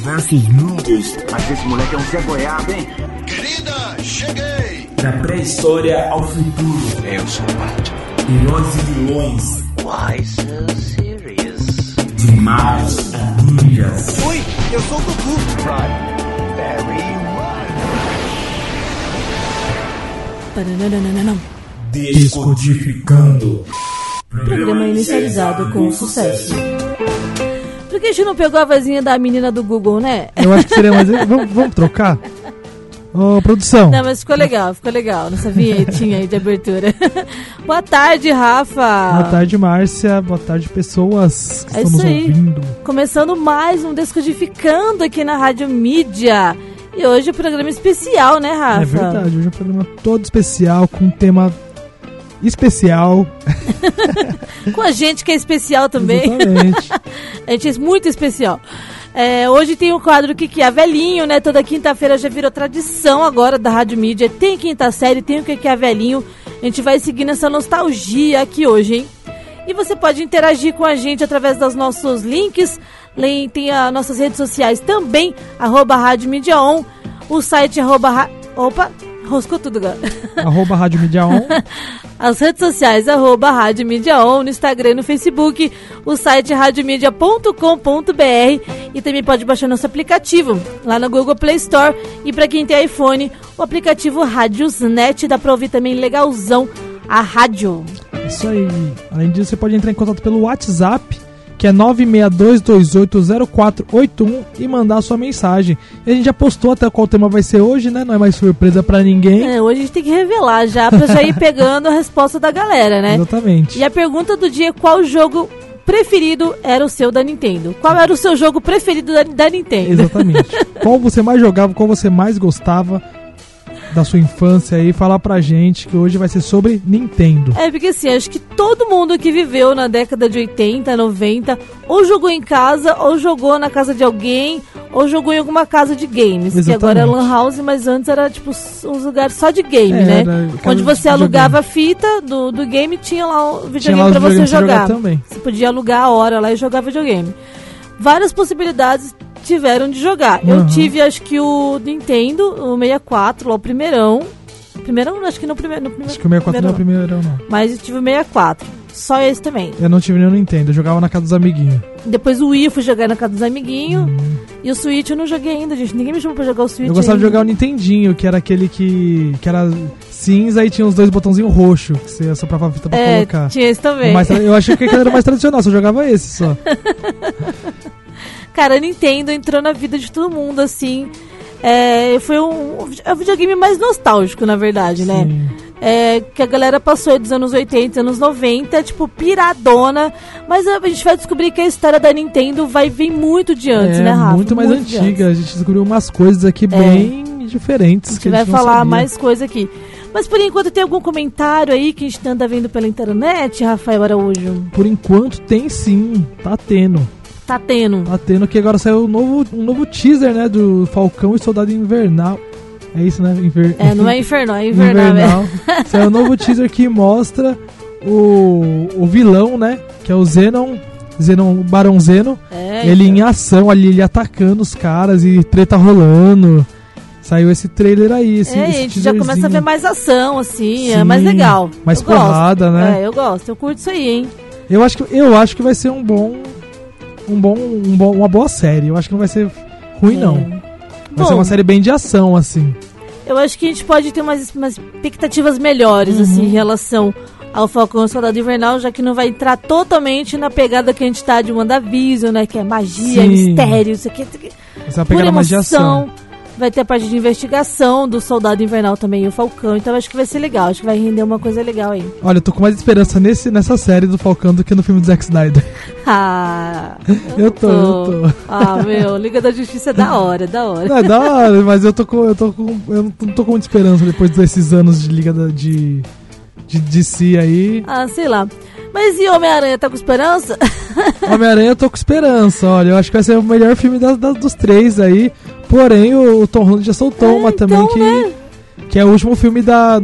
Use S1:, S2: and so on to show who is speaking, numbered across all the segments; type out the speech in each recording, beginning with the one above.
S1: versus nudes
S2: Mas esse moleque é um Zé Goiaba, hein?
S3: Querida, cheguei!
S1: da pré-história ao futuro,
S3: É, Eu sou o Batman.
S1: heróis e vilões,
S3: Why so serious?
S1: de magos a ninjas.
S4: Ui, eu sou o Goku.
S3: Right. Very right.
S5: Tarananana.
S1: Descodificando.
S5: Programa inicializado com sucesso. Por que a gente não pegou a vozinha da menina do Google, né?
S6: Eu acho que seria mais. vamos, vamos trocar? Ô, produção.
S5: Não, mas ficou legal, ficou legal. Nossa vinhetinha aí de abertura. Boa tarde, Rafa.
S6: Boa tarde, Márcia. Boa tarde, pessoas que
S5: É
S6: estão
S5: isso
S6: nos
S5: aí.
S6: ouvindo.
S5: Começando mais um Descodificando aqui na Rádio Mídia. E hoje o programa especial, né, Rafa?
S6: É verdade, hoje é um programa todo especial, com um tema especial.
S5: Com a gente que é especial também.
S6: Exatamente.
S5: A gente é muito especial. É, hoje tem o quadro que que é velhinho, né? Toda quinta-feira já virou tradição agora da Rádio Mídia. Tem quinta série, tem o que que é velhinho. A gente vai seguir nessa nostalgia aqui hoje, hein? E você pode interagir com a gente através dos nossos links. Lem- Tem as nossas redes sociais também, arroba Rádio Mídia On. O site arroba... ra- Opa, roscou tudo agora.
S6: Arroba Rádio Mídia On.
S5: As redes sociais, arroba Rádio Mídia On, no Instagram e no Facebook, o site radiomedia.com.br e também pode baixar nosso aplicativo lá na Google Play Store e para quem tem iPhone, o aplicativo Radiosnet, dá pra ouvir também legalzão a rádio.
S6: É Isso aí. Além disso, você pode entrar em contato pelo WhatsApp, que é 962280481 e mandar a sua mensagem. E a gente já postou até qual tema vai ser hoje, né? Não é mais surpresa pra ninguém.
S5: É, hoje a gente tem que revelar já pra já ir pegando a resposta da galera, né?
S6: Exatamente.
S5: E a pergunta do dia é qual jogo preferido era o seu da Nintendo? Qual era o seu jogo preferido da, da Nintendo?
S6: Exatamente. qual você mais jogava, qual você mais gostava da sua infância aí, falar pra gente que hoje vai ser sobre Nintendo.
S5: É, porque assim, acho que todo mundo que viveu na década de 80, 90, ou jogou em casa, ou jogou na casa de alguém, ou jogou em alguma casa de games. Que
S6: Exatamente.
S5: agora é Lan House, mas antes era tipo um lugar só de game,
S6: É,
S5: né?
S6: era casa
S5: Onde
S6: de
S5: você
S6: videogame.
S5: alugava a fita do, do game tinha lá o videogame
S6: lá os
S5: pra você
S6: videogames pra
S5: jogar.
S6: jogar também.
S5: Você podia alugar a hora lá e jogar videogame. Várias possibilidades tiveram de jogar. Eu
S6: Aham.
S5: tive, acho que o Nintendo, o 64, lá o primeirão. Primeirão, acho que no primeiro. No primeiro
S6: Acho que o 64 não é o primeiro, não.
S5: mas eu tive o 64. Só esse também.
S6: Eu não tive nem o Nintendo, eu jogava na casa dos amiguinhos.
S5: Depois o Wii eu fui jogar na casa dos amiguinhos. E o Switch eu não joguei ainda, gente. Ninguém me chamou pra jogar o Switch.
S6: Eu gostava de
S5: ainda.
S6: jogar o Nintendinho, que era aquele que. que era cinza e tinha os dois botãozinhos roxos, que você assoprava a fita pra
S5: É,
S6: colocar.
S5: tinha esse também.
S6: Mas eu achei que aquele era mais tradicional, só jogava esse só.
S5: Cara, a Nintendo entrou na vida de todo mundo, assim. É, foi um, é o videogame mais nostálgico, na verdade, né?
S6: Sim.
S5: É, que a galera passou dos anos 80, anos 90, tipo, piradona. Mas a gente vai descobrir que a história da Nintendo vai vir muito de antes,
S6: é
S5: né, Rafa?
S6: muito mais
S5: de antes. É.
S6: antiga. A gente descobriu umas coisas aqui bem diferentes
S5: A gente
S6: que a
S5: vai
S6: gente não
S5: falar
S6: sabia.
S5: mais coisa aqui. Mas por enquanto tem algum comentário aí que a gente anda vendo pela internet, Rafael Araújo?
S6: Por enquanto tem sim, tá tendo.
S5: Tá tendo.
S6: Tá tendo que agora saiu um novo, um novo teaser, né? Do Falcão e Soldado Invernal. É isso, né? Inver...
S5: É, não é infernal, é invernal, mesmo.
S6: Saiu um novo teaser que mostra o, o vilão, né? Que é o Zenon. Zenon, o Barão Zeno.
S5: É,
S6: ele
S5: então.
S6: em ação ali, ele atacando os caras e treta rolando. Saiu esse trailer aí, esse,
S5: é, a
S6: esse
S5: gente já começa a
S6: teaserzinho.
S5: ver mais ação, assim, é
S6: Sim,
S5: mais legal.
S6: mais
S5: Eu gosto.
S6: porrada, né?
S5: É, eu gosto, eu curto isso aí, hein?
S6: Eu acho que eu acho que vai ser um bom um bom, um bom uma boa série. Eu acho que não vai ser ruim não.
S5: É.
S6: Vai
S5: Bom,
S6: ser uma série bem de ação assim.
S5: eu acho que a gente pode ter umas, umas expectativas melhores,
S6: Uhum.
S5: assim, em relação ao Falcão e o Soldado Invernal, já que não vai entrar totalmente na pegada que a gente tá de WandaVision, né? Que é magia,
S6: Sim.
S5: mistério, isso aqui, isso aqui.
S6: Essa
S5: por
S6: pegada mais de
S5: emoção.
S6: ação.
S5: Vai ter a parte de investigação do Soldado Invernal também e o Falcão. Então acho que vai ser legal. Acho que vai render uma coisa legal aí.
S6: Olha, eu tô com mais esperança nesse nessa série do Falcão do que no filme do Zack Snyder.
S5: Ah,
S6: Eu tô, eu tô.
S5: Ah, meu, Liga da Justiça é da hora, da hora.
S6: Não, é da hora, mas eu tô com eu tô com eu não tô com muita esperança depois desses anos de liga da- de de DC aí.
S5: Ah, sei lá. Mas e Homem-Aranha, tá com esperança?
S6: Homem-Aranha eu tô com esperança, olha. Eu acho que vai ser o melhor filme da- da- dos três aí. Porém, o, o Tom Holland já soltou
S5: É,
S6: uma também
S5: então,
S6: que,
S5: né?
S6: que é o último filme da.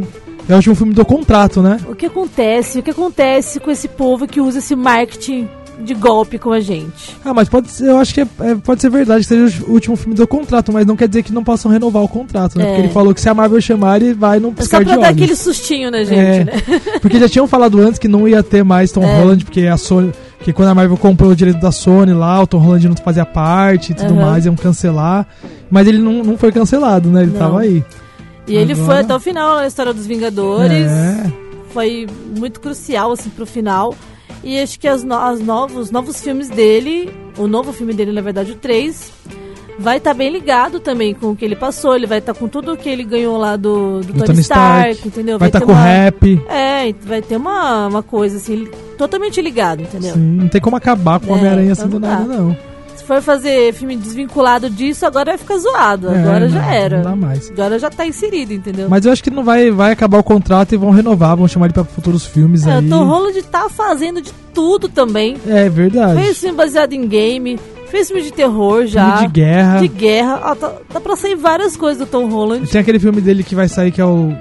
S6: É o último filme do contrato, né?
S5: O que acontece? O que acontece com esse povo que usa esse marketing de golpe com a gente.
S6: Ah, mas pode ser, eu acho que é- é- pode ser verdade que seja o último filme do contrato, mas não quer dizer que não possam renovar o contrato, né?
S5: É.
S6: Porque ele falou que se a Marvel chamar, ele vai num
S5: É só
S6: piscar de
S5: pra dar
S6: olhos.
S5: aquele sustinho na gente,
S6: É,
S5: né?
S6: Porque já tinham falado antes que não ia ter mais Tom
S5: É.
S6: Holland, porque a Sony. Porque quando a Marvel comprou o direito da Sony lá, o Tom Holland não fazia parte e tudo
S5: Aham.
S6: mais, iam cancelar. Mas ele não, não foi cancelado, né? Ele
S5: Não.
S6: tava aí.
S5: E ele
S6: Agora-
S5: foi até o final na história dos Vingadores.
S6: É.
S5: Foi muito crucial, assim, pro final. E acho que as no- as novos, os novos filmes dele, o novo filme dele, na verdade, o 3, vai estar bem ligado também com o que ele passou. Ele vai estar com tudo o que ele ganhou lá do, do Tony, Stark, entendeu?
S6: Vai estar
S5: ter
S6: com
S5: uma-
S6: rap.
S5: É, vai ter uma, uma coisa, assim, totalmente ligado, entendeu?
S6: Sim, não tem como acabar com o
S5: É,
S6: Homem-Aranha
S5: então
S6: assim do
S5: não
S6: nada,
S5: dá.
S6: não.
S5: Se for fazer filme desvinculado disso, agora vai ficar zoado.
S6: É,
S5: Agora
S6: não-
S5: já era.
S6: Não dá mais.
S5: Agora já tá inserido, entendeu?
S6: Mas eu acho que não vai, vai acabar o contrato e vão renovar, vão chamar ele pra futuros filmes
S5: É,
S6: aí.
S5: o Tom Holland tá fazendo de tudo também.
S6: É verdade.
S5: Fez filme baseado em game, fez filme de terror já.
S6: Filme de guerra.
S5: De guerra. Ó, tá- dá pra sair várias coisas do Tom Holland.
S6: Tem aquele filme dele que vai sair que é o.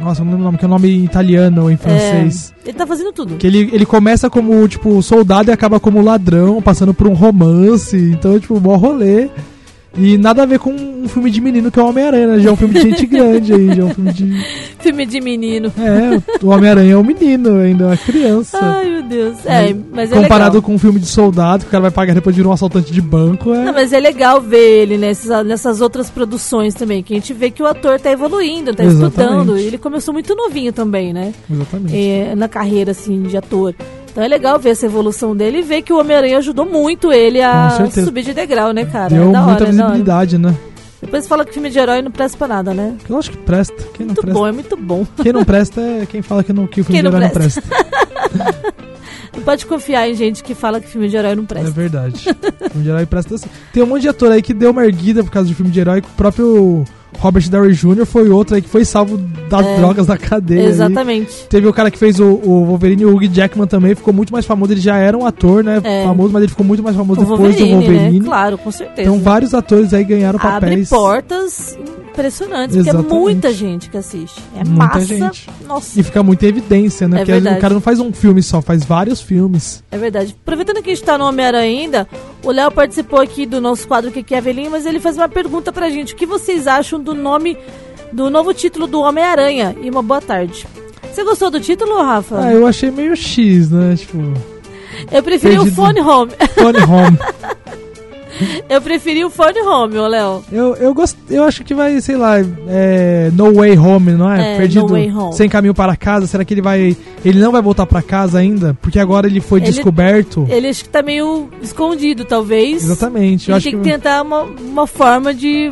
S6: Nossa, eu não lembro o nome, que é o nome em italiano ou em francês.
S5: É, ele tá fazendo tudo.
S6: Que ele, ele começa como, tipo, soldado e acaba como ladrão, passando por um romance. Então, tipo, mó rolê. E nada a ver com um filme de menino que é o Homem-Aranha, né? Já é um filme de gente grande aí, já é um filme de.
S5: Filme de menino.
S6: É, o Homem-Aranha é um menino, ainda é uma criança.
S5: Ai, meu Deus. É, mas é
S6: Comparado
S5: legal.
S6: com um filme de soldado, que o cara vai pagar depois de um assaltante de banco, é.
S5: Não, mas é legal ver ele nessas, nessas outras produções também, que a gente vê que o ator tá evoluindo, tá
S6: Exatamente.
S5: estudando. E ele começou muito novinho também, né?
S6: Exatamente.
S5: é, na carreira assim de ator. Então é legal ver essa evolução dele e ver que o Homem-Aranha ajudou muito ele
S6: Com
S5: a
S6: certeza.
S5: subir de degrau, né, cara?
S6: Deu
S5: é
S6: muita
S5: da hora, é da hora.
S6: visibilidade, né?
S5: Depois fala que filme de herói não presta pra nada, né?
S6: Eu acho que presta. Quem não
S5: Muito
S6: presta.
S5: bom, é muito bom.
S6: Quem não presta é quem fala que, não, que o filme de
S5: Quem não
S6: herói não presta.
S5: Não pode confiar em gente que fala que filme de herói não
S6: É
S5: presta.
S6: verdade. filme de herói presta assim. Tem um monte de ator aí que deu uma erguida por causa de filme de herói. que O próprio Robert Downey Jr. foi outro aí que foi salvo das
S5: É.
S6: drogas da cadeia. aí.
S5: Exatamente.
S6: Teve o cara que fez o, o Wolverine, o Hugh Jackman também, ficou muito mais famoso. Ele já era um ator, né?
S5: É.
S6: Famoso, mas ele ficou muito mais famoso
S5: O
S6: depois
S5: Wolverine,
S6: do Wolverine.
S5: né? Claro, com certeza.
S6: Então vários atores aí ganharam
S5: Abre
S6: papéis.
S5: portas impressionantes,
S6: Exatamente.
S5: porque é muita gente que assiste. É
S6: Muita
S5: massa.
S6: gente.
S5: Nossa,
S6: E fica muito em evidência, né?
S5: É
S6: Porque às vezes o
S5: verdade.
S6: cara não faz um filme só, faz vários filmes.
S5: É verdade. Aproveitando que a gente tá no Homem-Aranha ainda, o Léo participou aqui do nosso quadro que aqui é Avelinho, mas ele faz uma pergunta pra gente. O que vocês acham do nome, do novo título do Homem-Aranha? E uma boa tarde. Você gostou do título, Rafa?
S6: Ah, eu achei meio X, né? Tipo,
S5: eu preferi o
S6: perdido.
S5: Phone Home.
S6: Tony Home.
S5: Eu preferi o Phone Home, ô Léo.
S6: Eu, eu, gost... eu acho que vai, sei lá, é... No Way Home, não é?
S5: É, No Way Home.
S6: sem caminho para casa. Será que ele vai. Ele não vai voltar para casa ainda? Porque agora ele foi
S5: Ele-
S6: descoberto.
S5: Ele acho que tá meio escondido, talvez.
S6: Exatamente. Eu
S5: Ele
S6: acho
S5: tem
S6: que.
S5: que tentar uma, uma forma de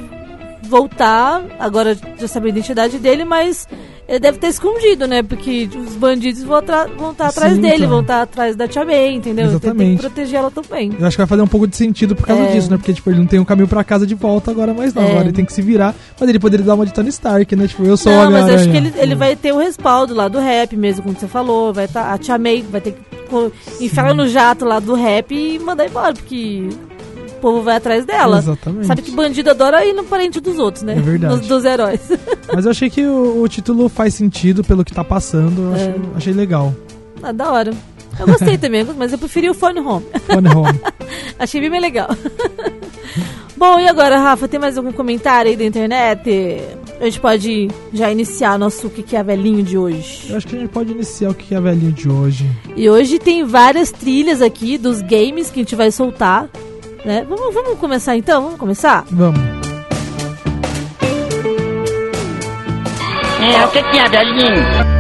S5: voltar. Agora já sabe a identidade dele, mas ele deve estar escondido, né? Porque os bandidos vão estar atrás
S6: Sim,
S5: dele,
S6: então.
S5: vão estar atrás da Tia May, entendeu? Então Ele tem
S6: Exatamente.
S5: que proteger ela também.
S6: Eu acho que vai fazer um pouco de sentido por causa
S5: É.
S6: disso, né? Porque, tipo, ele não tem um caminho para casa de volta agora mais não.
S5: É.
S6: Agora ele tem que se virar. Mas ele poderia dar uma de Tony Stark, né? Tipo, eu sou o
S5: Não, mas
S6: Homem-Aranha.
S5: acho que ele, ele vai ter o respaldo lá do rap mesmo, como você falou. Vai tá, a Tia May vai ter que co- enfiar no jato lá do rap e mandar embora, porque o povo vai atrás dela.
S6: Exatamente.
S5: Sabe que bandido adora ir no parente dos outros, né?
S6: É verdade.
S5: Dos, dos heróis.
S6: Mas eu achei que o, o título faz sentido pelo que tá passando. Eu acho-
S5: É.
S6: achei legal.
S5: Ah, da hora. Eu gostei também, mas eu preferi o Phone Home.
S6: Tony Home.
S5: Achei bem mais legal. Bom, e agora, Rafa, tem mais algum comentário aí da internet? A gente pode já iniciar nosso O Que Que É Velhinho de
S6: Eu
S5: hoje.
S6: acho que a gente pode iniciar o que é velhinho de hoje.
S5: E hoje tem várias trilhas aqui dos games que a gente vai soltar. Né? Vamos, vamos começar então? Vamos começar?
S6: Vamos.
S4: É, o que que é, velhinho?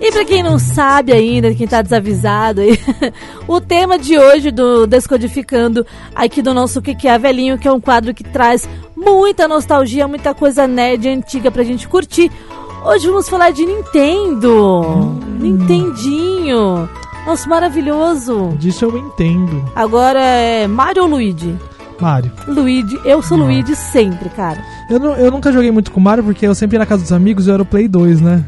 S5: E pra quem não sabe ainda, quem tá desavisado aí, o tema de hoje do Descodificando, aqui do nosso O Que Que É Velhinho, que é um quadro que traz muita nostalgia, muita coisa nerd antiga pra gente curtir. Hoje vamos falar de Nintendo.
S6: Hum.
S5: Nintendinho. Nossa, maravilhoso.
S6: Disso eu entendo.
S5: Agora é Mario ou Luigi?
S6: Mario.
S5: Luigi, eu sou Luigi sempre, cara.
S6: Eu, nu- eu nunca joguei muito com Mario porque eu sempre ia na casa dos amigos e eu era o Play 2, né?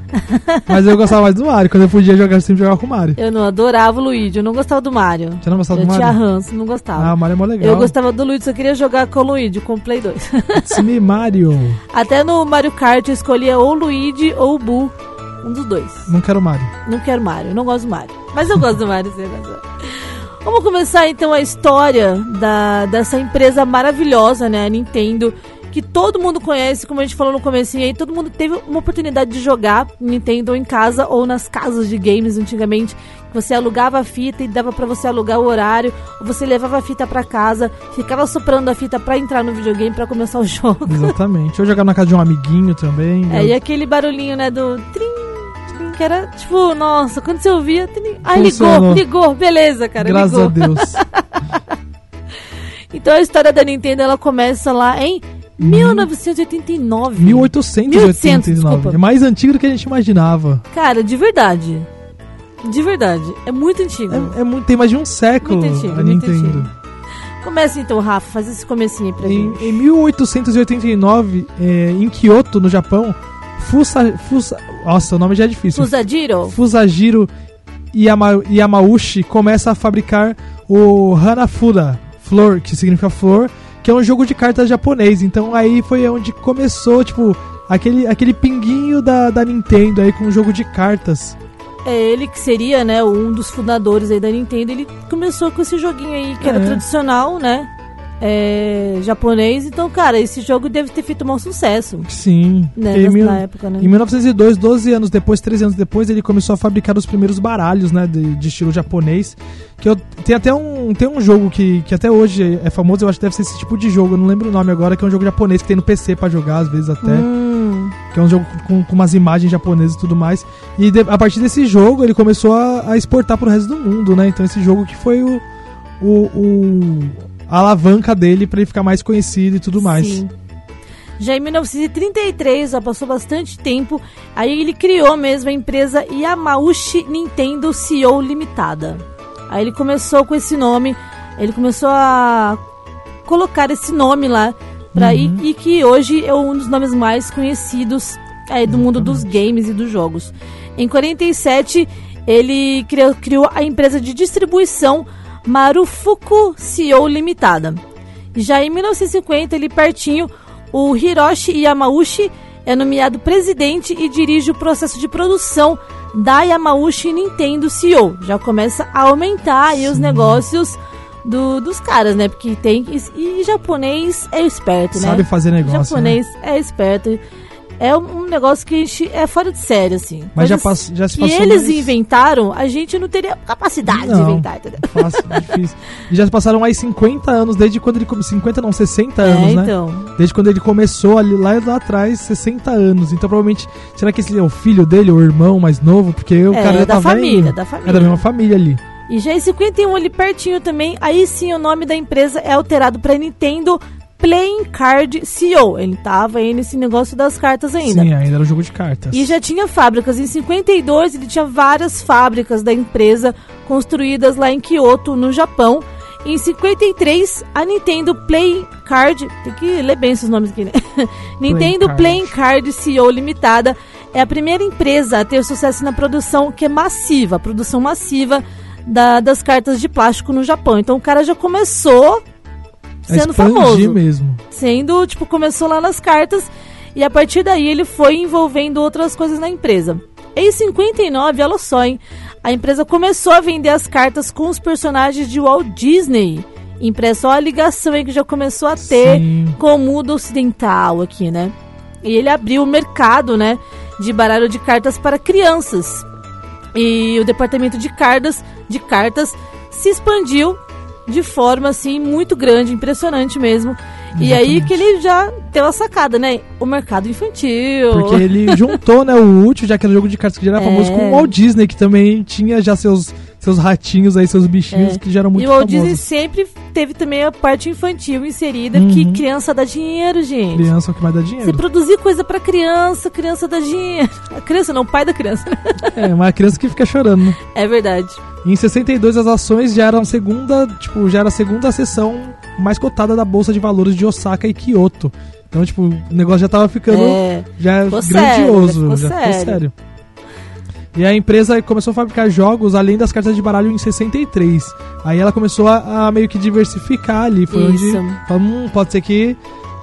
S6: Mas eu gostava mais do Mario. Quando eu podia jogar, eu sempre jogava com o Mario.
S5: Eu não adorava o Luigi, eu não gostava do Mario.
S6: Você não gostava
S5: Eu
S6: do
S5: tinha
S6: Mario?
S5: ranço, não gostava.
S6: Ah, o Mario é mó legal.
S5: Eu gostava do Luigi, só queria jogar com o Luigi, com o Play 2.
S6: It's me, Mario.
S5: Até no Mario Kart eu escolhia ou o Luigi ou o Boo. Um dos dois.
S6: Não quero Mario.
S5: Não quero Mario, não gosto do Mario. Mas eu gosto do Mario, sim, mas eu- Vamos começar então a história da, dessa empresa maravilhosa, né, a Nintendo, que todo mundo conhece, como a gente falou no comecinho aí, todo mundo teve uma oportunidade de jogar Nintendo em casa ou nas casas de games antigamente. Você alugava a fita e dava pra você alugar o horário, ou você levava a fita pra casa, ficava soprando a fita pra entrar no videogame pra começar o jogo.
S6: Exatamente. Eu jogava na casa de um amiguinho também.
S5: É,
S6: eu-
S5: e aquele barulhinho, né, do trim, trim, que era tipo, nossa, quando você ouvia, trim, ai, ligou,
S6: Funcionou.
S5: ligou, beleza, cara,
S6: Graças
S5: ligou.
S6: a Deus.
S5: Então a história da Nintendo, ela começa lá em 1989. 1800,
S6: 1889.
S5: desculpa.
S6: É mais antigo do que a gente imaginava.
S5: Cara, de verdade. De verdade, é muito antigo.
S6: É, é muito, tem mais de um século
S5: Muito antigo,
S6: a
S5: muito
S6: Nintendo.
S5: Começa então, Rafa, faz esse comecinho aí pra
S6: Em,
S5: gente.
S6: em 1889, é, em Kyoto, no Japão, Fusa, Fusa, nossa, o nome já é difícil.
S5: Fusajiro?
S6: Fusajiro Yama, Yamauchi começa a fabricar o Hanafuda, flor, que significa flor, que é um jogo de cartas japonês. Então aí foi onde começou, tipo, aquele, aquele pinguinho da, da Nintendo aí com o jogo de cartas.
S5: É ele que seria, né, um dos fundadores aí da Nintendo. Ele começou com esse joguinho aí, que era
S6: É.
S5: tradicional, né, é, japonês. Então, cara, esse jogo deve ter feito um sucesso.
S6: Sim.
S5: Né,
S6: Em
S5: nas-
S6: mil-
S5: na época, né?
S6: Em 1902, 12 anos depois, 13 anos depois, ele começou a fabricar os primeiros baralhos, né, de, de estilo japonês. Que eu, tem até um, tem um jogo que, que até hoje é famoso, eu acho que deve ser esse tipo de jogo, eu não lembro o nome agora, que é um jogo japonês que tem no PC pra jogar, às vezes até.
S5: Hum,
S6: Que é um jogo com, com umas imagens japonesas e tudo mais. E de- a partir desse jogo, ele começou a, a exportar pro resto do mundo, né? Então esse jogo que foi o... o, o- a alavanca dele pra ele ficar mais conhecido e tudo mais.
S5: sim. Já em 1933, já passou bastante tempo, aí ele criou mesmo a empresa Yamauchi Nintendo CO Limitada. Aí ele começou com esse nome, ele começou a colocar esse nome lá pra
S6: Uhum.
S5: aí, e que hoje é um dos nomes mais conhecidos aí do mundo dos games e dos jogos. Em 47, ele criou, criou a empresa de distribuição Marufuku CO Limitada. Já em 1950, ele pertinho, o Hiroshi Yamauchi é nomeado presidente e dirige o processo de produção da Yamauchi Nintendo CEO. Já começa a aumentar aí os negócios do- dos caras, né? Porque tem. E, e japonês é esperto, né?
S6: Sabe fazer negócio. né?
S5: japonês é esperto. É um um negócio que a gente é fora de série, assim.
S6: Mas já,
S5: Coisas
S6: pass- já se
S5: que
S6: passou.
S5: eles
S6: mais-
S5: inventaram, a gente não teria capacidade de
S6: Não.
S5: inventar, entendeu?
S6: Fácil, é difícil. E já se passaram mais 50 anos, desde quando ele. come- 50 não, 60 anos,
S5: é,
S6: né?
S5: então.
S6: Desde quando ele começou ali lá, lá atrás, 60 anos. Então provavelmente. Será que esse é o filho dele, o irmão mais novo? Porque o
S5: É,
S6: cara já
S5: da
S6: tá
S5: família,
S6: velhinho.
S5: da família.
S6: É da mesma família ali.
S5: E já em 51, ali pertinho também, aí sim o nome da empresa é alterado para Nintendo Playing Card CEO. Ele tava aí nesse negócio das cartas ainda.
S6: Sim, ainda era um jogo de cartas.
S5: E já tinha fábricas. Em 52, ele tinha várias fábricas da empresa construídas lá em Kyoto, no Japão. Em 53, a Nintendo Play Card. Tem que ler bem esses nomes aqui, né? Nintendo
S6: Card.
S5: Playing Card CEO Limitada é a primeira empresa a ter sucesso na produção que é massiva, produção massiva da- das cartas de plástico no Japão. Então o cara já começou
S6: É
S5: sendo
S6: expandir
S5: famoso
S6: mesmo.
S5: sendo, tipo, começou lá nas cartas e a partir daí ele foi envolvendo outras coisas na empresa. Em 59, olha só, hein? A empresa começou a vender as cartas com os personagens de Walt Disney. Impresso, olha a ligação aí que já começou a ter
S6: Sim.
S5: com o mundo ocidental aqui, né? E ele abriu o mercado, né, de baralho de cartas para crianças. E o departamento de cartas, de cartas se expandiu de forma assim muito grande, impressionante mesmo. E aí
S6: Exatamente.
S5: que ele já deu a sacada, né? O mercado infantil.
S6: Porque é ele juntou, né, o útil, já que era um jogo de cartas que já era famoso,
S5: É.
S6: com o Walt Disney, que também tinha já seus, seus ratinhos aí, seus bichinhos,
S5: É.
S6: que já eram muito
S5: e o Walt
S6: famosos.
S5: Disney sempre teve também a parte infantil inserida, que
S6: Uhum.
S5: criança dá dinheiro, gente.
S6: Criança é o que mais dá
S5: Você
S6: dinheiro.
S5: produzir coisa pra criança, criança dá dinheiro. A criança não, o pai da criança. né?
S6: É, uma criança que fica chorando, né?
S5: É verdade.
S6: Em 62 as ações já eram a segunda, tipo, já era a segunda sessão mais cotada da bolsa de valores de Osaka e Kyoto. Então, tipo, o negócio já tava ficando
S5: É.
S6: já
S5: Ficou
S6: grandioso,
S5: sério, já ficou
S6: já ficou
S5: sério.
S6: sério. E a empresa começou a fabricar jogos além das cartas de baralho em 63. Aí ela começou a, a meio que diversificar ali, foi
S5: Isso.
S6: onde falou, hum, pode ser que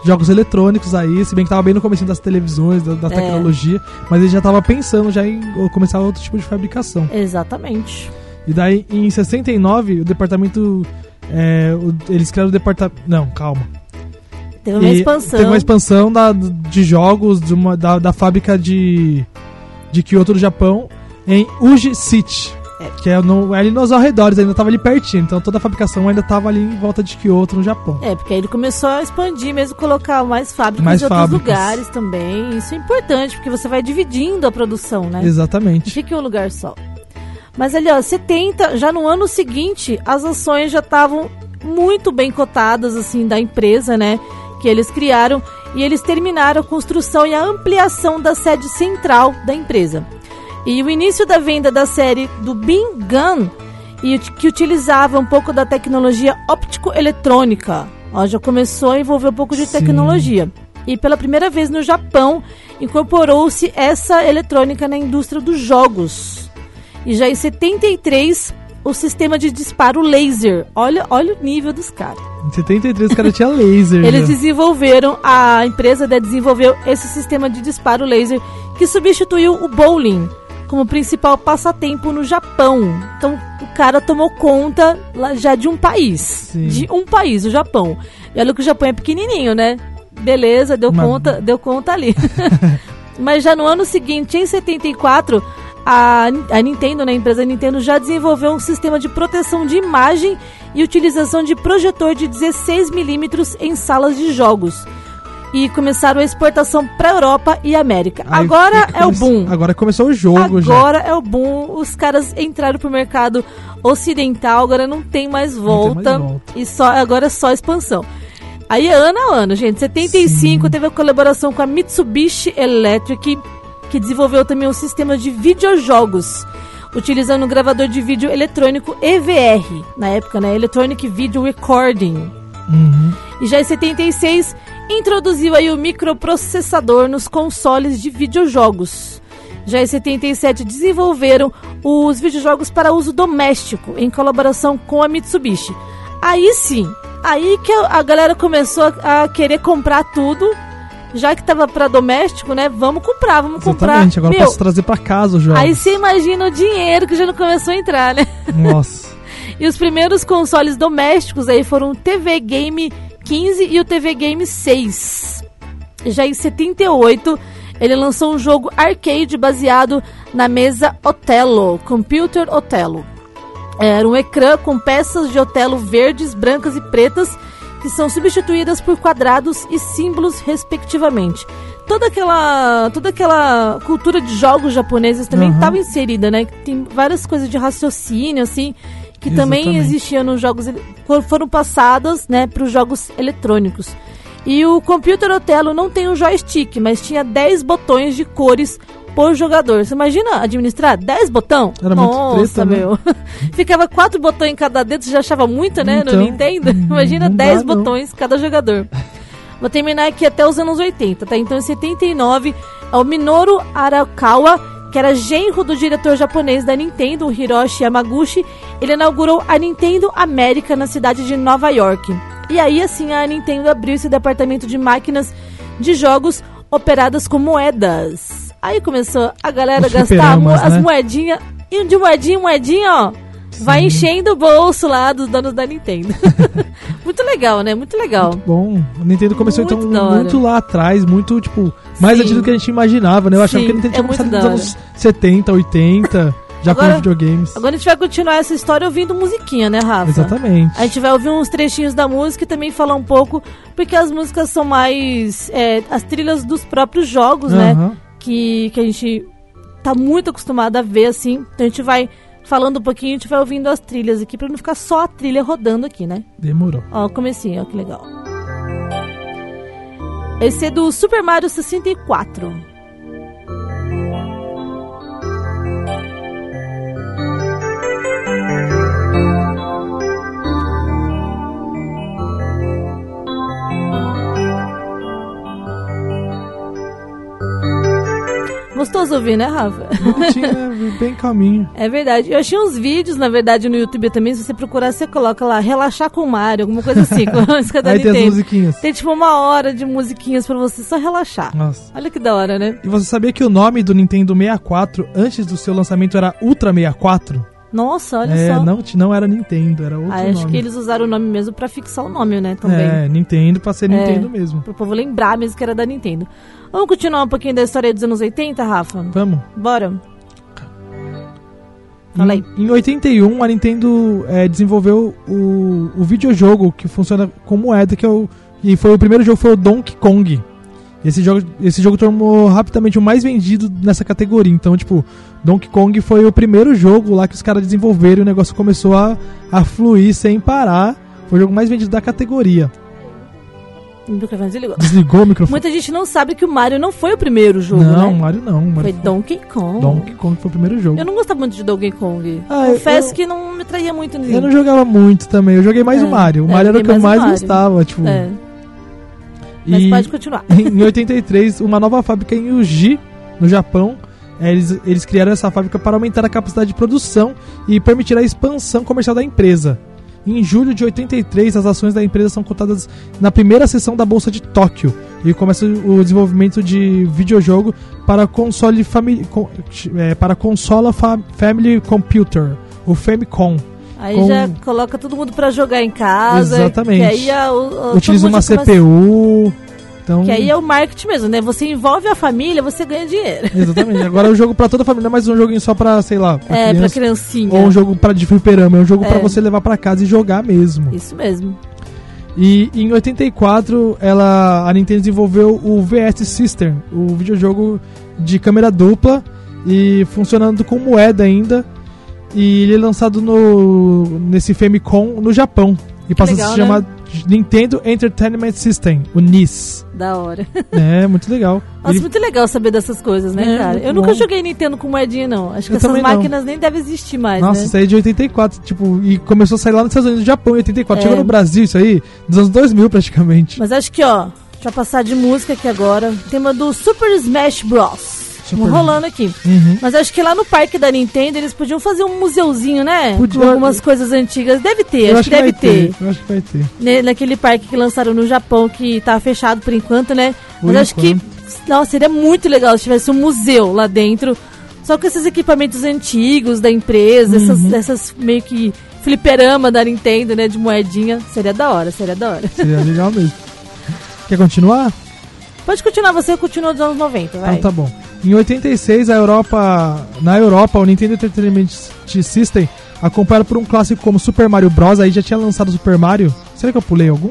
S6: jogos eletrônicos aí, se bem que tava bem no começo das televisões, da, da
S5: É.
S6: tecnologia, mas ele já tava pensando já em começar outro tipo de fabricação.
S5: É, Exatamente.
S6: E daí, em 69, o departamento. é, o- eles criaram o departamento. Não, calma.
S5: Teve uma
S6: E
S5: expansão.
S6: Teve uma expansão da- de jogos de uma- da, da fábrica de, de Kyoto, do Japão, em Uji City. Que é, no, é ali nos arredores, ainda tava ali pertinho. Então toda a fabricação ainda tava ali em volta de Kyoto, no Japão.
S5: É, porque aí ele começou a expandir mesmo, colocar mais fábricas
S6: Mais
S5: em outros
S6: fábricas.
S5: lugares também. Isso é importante, porque você vai dividindo a produção, né? Não
S6: Exatamente.
S5: fica em um lugar só. Mas ali, ó, 70, já no ano seguinte, as ações já estavam muito bem cotadas, assim, da empresa, né? Que eles criaram. E eles terminaram a construção e a ampliação da sede central da empresa. E o início da venda da série do Bean Gun, e, ut- que utilizava um pouco da tecnologia óptico-eletrônica. Ó, já começou a envolver um pouco de
S6: Sim.
S5: tecnologia. E pela primeira vez no Japão, incorporou-se essa eletrônica na indústria dos jogos. E já em 73, o sistema de disparo laser. Olha, olha o nível dos caras.
S6: Em 73 o cara tinha laser.
S5: Eles
S6: já.
S5: desenvolveram, a empresa né, desenvolveu esse sistema de disparo laser que substituiu o bowling como principal passatempo no Japão. Então o cara tomou conta lá já de um país.
S6: Sim.
S5: De um país, o Japão. E olha que o Japão é pequenininho, né? Beleza, deu
S6: Mas-
S5: conta, deu conta ali. Mas já no ano seguinte, em 74, a, a Nintendo, né, a empresa Nintendo, já desenvolveu um sistema de proteção de imagem e utilização de projetor de 16mm em salas de jogos. E começaram a exportação para Europa e América.
S6: Aí
S5: agora
S6: fica-
S5: é o
S6: come-
S5: boom.
S6: Agora começou o jogo já.
S5: Agora é o boom. Os caras entraram pro mercado ocidental, agora não tem mais volta.
S6: volta.
S5: E só, agora é só expansão. Aí é ano a ano, gente. 75 teve a colaboração com a Mitsubishi Electric, que desenvolveu também um sistema de videojogos, utilizando um gravador de vídeo eletrônico EVR, na época, né? Electronic Video Recording.
S6: Uhum.
S5: E já em 76, introduziu aí o microprocessador nos consoles de videojogos. Já em 77, desenvolveram os videojogos para uso doméstico, em colaboração com a Mitsubishi. Aí sim, aí que a galera começou a a querer comprar tudo, já que tava para doméstico, né? Vamos comprar, vamos comprar.
S6: Exatamente. Agora eu
S5: Meu,
S6: posso trazer pra casa o jogo.
S5: aí você imagina o dinheiro que já não começou a entrar, né?
S6: Nossa.
S5: E os primeiros consoles domésticos aí foram o TV Game 15 e o TV Game 6. Já em 78, ele lançou um jogo arcade baseado na mesa Otelo, Computer Otelo. Era um ecrã com peças de Otelo verdes, brancas e pretas que são substituídas por quadrados e símbolos respectivamente. Toda aquela, toda aquela cultura de jogos japoneses também
S6: Aham.
S5: estava inserida, né? Tem várias coisas de raciocínio assim que também
S6: Exatamente.
S5: existiam nos jogos ele- for- foram passadas, né, para os jogos eletrônicos. E o Computer Otelo não tem um joystick, mas tinha 10 botões de cores por jogador. Você imagina administrar 10 botão?
S6: Era muito
S5: Nossa,
S6: treta, né?
S5: meu. Ficava quatro botões em cada dedo, você já achava muito, né?
S6: Então,
S5: no Nintendo. Imagina
S6: não dá,
S5: 10
S6: não.
S5: botões cada jogador. Vou terminar aqui até os anos 80, tá? Então, em 79, é o Minoru Arakawa, que era genro do diretor japonês da Nintendo, o Hiroshi Yamaguchi, ele inaugurou a Nintendo América na cidade de Nova York. E aí, assim, a Nintendo abriu esse departamento de máquinas de jogos operadas com moedas. Aí começou a galera
S6: Os
S5: gastar mo-
S6: fliperamas,
S5: as
S6: né?
S5: moedinhas. E de moedinha, em moedinha, ó. Vai enchendo o bolso lá dos donos da Nintendo. muito legal, né? Muito legal.
S6: Bom, a Nintendo começou
S5: Muito
S6: então
S5: da hora.
S6: muito lá atrás, muito tipo, mais
S5: Sim.
S6: antes do que a gente imaginava, né? Eu achava
S5: Sim,
S6: que a Nintendo tinha
S5: é muito
S6: começado nos anos
S5: da
S6: 70, 80, já
S5: Agora-
S6: com videogames.
S5: Agora a gente vai continuar essa história ouvindo musiquinha, né, Rafa?
S6: Exatamente.
S5: A gente vai ouvir uns trechinhos da música e também falar um pouco, porque as músicas são mais. é, as trilhas dos próprios jogos, né?
S6: Aham.
S5: Que, que a gente tá muito acostumado a ver, assim. Então a gente vai falando um pouquinho, a gente vai ouvindo as trilhas aqui, pra não ficar só a trilha rodando aqui, né?
S6: Demorou.
S5: Ó, o comecinho, ó, que legal. Esse é do Super Mario 64. Gostoso ouvir, né, Rafa?
S6: Tinha né, bem calminho.
S5: É verdade. Eu achei uns vídeos, na verdade, no YouTube também. Se você procurar, você coloca lá, relaxar com o Mario, alguma coisa assim. com a música da
S6: Aí tem as
S5: Nintendo.
S6: musiquinhas.
S5: Tem tipo uma hora de musiquinhas pra você só relaxar.
S6: Nossa.
S5: Olha que da hora, né?
S6: E você sabia que o nome do Nintendo 64, antes do seu lançamento, era Ultra 64?
S5: Nossa, olha
S6: é,
S5: só.
S6: não, ti- não era Nintendo, era outro
S5: Ah,
S6: nome.
S5: acho que eles usaram o nome mesmo pra fixar o nome, né? Também.
S6: É, Nintendo pra ser Nintendo mesmo.
S5: Pro povo lembrar mesmo que era da Nintendo. Vamos continuar um pouquinho da história dos anos 80, Rafa?
S6: Vamos.
S5: Bora. Fala aí.
S6: Em 81, a Nintendo é, desenvolveu o, o videojogo que funciona com moeda, que é o, e foi o primeiro jogo foi o Donkey Kong. Esse jogo, esse jogo tornou rapidamente o mais vendido nessa categoria. Então, tipo, Donkey Kong foi o primeiro jogo lá que os caras desenvolveram e o negócio começou a, a fluir sem parar. Foi o jogo mais vendido da categoria.
S5: O microfone desligou.
S6: Desligou o microfone?
S5: Muita gente não sabe que o Mario não foi o primeiro jogo,
S6: não,
S5: né?
S6: Mario não. Mario
S5: Foi Donkey Kong.
S6: Donkey Kong foi o primeiro jogo.
S5: Eu não gostava muito de Donkey Kong.
S6: Ah, eu-
S5: Confesso
S6: eu-
S5: que não me traía muito nisso.
S6: Eu não jogava muito também, eu joguei mais
S5: É,
S6: o Mario. O
S5: é,
S6: Mario era o
S5: joguei
S6: que eu mais
S5: mais o Mario.
S6: gostava, tipo.
S5: É, mas
S6: E
S5: pode continuar.
S6: em 83, uma nova fábrica em Uji, no Japão, eh, eles, eles criaram essa fábrica para aumentar a capacidade de produção e permitir a expansão comercial da empresa. Em julho de 83, as ações da empresa são cotadas na primeira sessão da Bolsa de Tóquio e começa o desenvolvimento de videojogo para console fami com- eh, para consola fa- Family Computer, o Famicom.
S5: Aí
S6: com-
S5: já coloca todo mundo pra jogar em casa.
S6: Exatamente.
S5: Que aí a, o- a-
S6: Utiliza
S5: todo mundo
S6: uma
S5: já começa-
S6: CPU. Então,
S5: Que aí é o marketing mesmo, né? Você envolve a família, você ganha dinheiro.
S6: Exatamente. Agora é um jogo pra toda a família, não é mais um joguinho só pra, sei lá, pra
S5: é, pra
S6: criança.
S5: criancinha.
S6: Ou um jogo pra de fliperama, é um jogo
S5: É.
S6: pra você levar pra casa e jogar mesmo.
S5: Isso mesmo.
S6: E em 84, ela, a Nintendo desenvolveu o VS System, o videojogo de câmera dupla e funcionando com moeda ainda. E ele é lançado no nesse Famicom no Japão e passa a
S5: legal,
S6: se
S5: né?
S6: chamar Nintendo Entertainment System, o NES.
S5: Da hora.
S6: é, muito legal.
S5: Nossa,
S6: Ele-
S5: muito legal saber dessas coisas, né,
S6: É,
S5: cara?
S6: muito
S5: Eu nunca
S6: bom.
S5: joguei Nintendo com moedinha, não. Acho que
S6: Eu
S5: essas
S6: também não.
S5: máquinas nem devem existir mais,
S6: Nossa,
S5: né?
S6: isso aí é de 84, tipo, e começou a sair lá nos Estados Unidos, no Japão, em 84.
S5: É.
S6: Chegou no Brasil isso aí, dos anos 2000 praticamente.
S5: Mas acho que, ó, deixa eu passar de música aqui agora. Tema do Super Smash Bros. Vamos rolando aqui.
S6: Uhum.
S5: Mas acho que lá no parque da Nintendo eles podiam fazer um museuzinho, né?
S6: Podia.
S5: Com algumas coisas antigas. Deve ter, acho, que deve
S6: vai
S5: ter.
S6: Eu acho que vai ter.
S5: Ne- Naquele parque que lançaram no Japão, que tá fechado por enquanto, né?
S6: Por
S5: Mas acho que. Nossa, seria muito legal se tivesse um museu lá dentro. Só com esses equipamentos antigos da empresa,
S6: Uhum.
S5: essas, essas meio que fliperama da Nintendo, né? De moedinha. Seria da hora, seria da hora.
S6: Seria é legal mesmo. Quer continuar?
S5: Pode continuar, você continua dos anos 90, vai.
S6: Então tá bom. Em 86, a Europa, na Europa, o Nintendo Entertainment System, acompanhado por um clássico como Super Mario Bros. Aí já tinha lançado Super Mario. Será que eu pulei algum?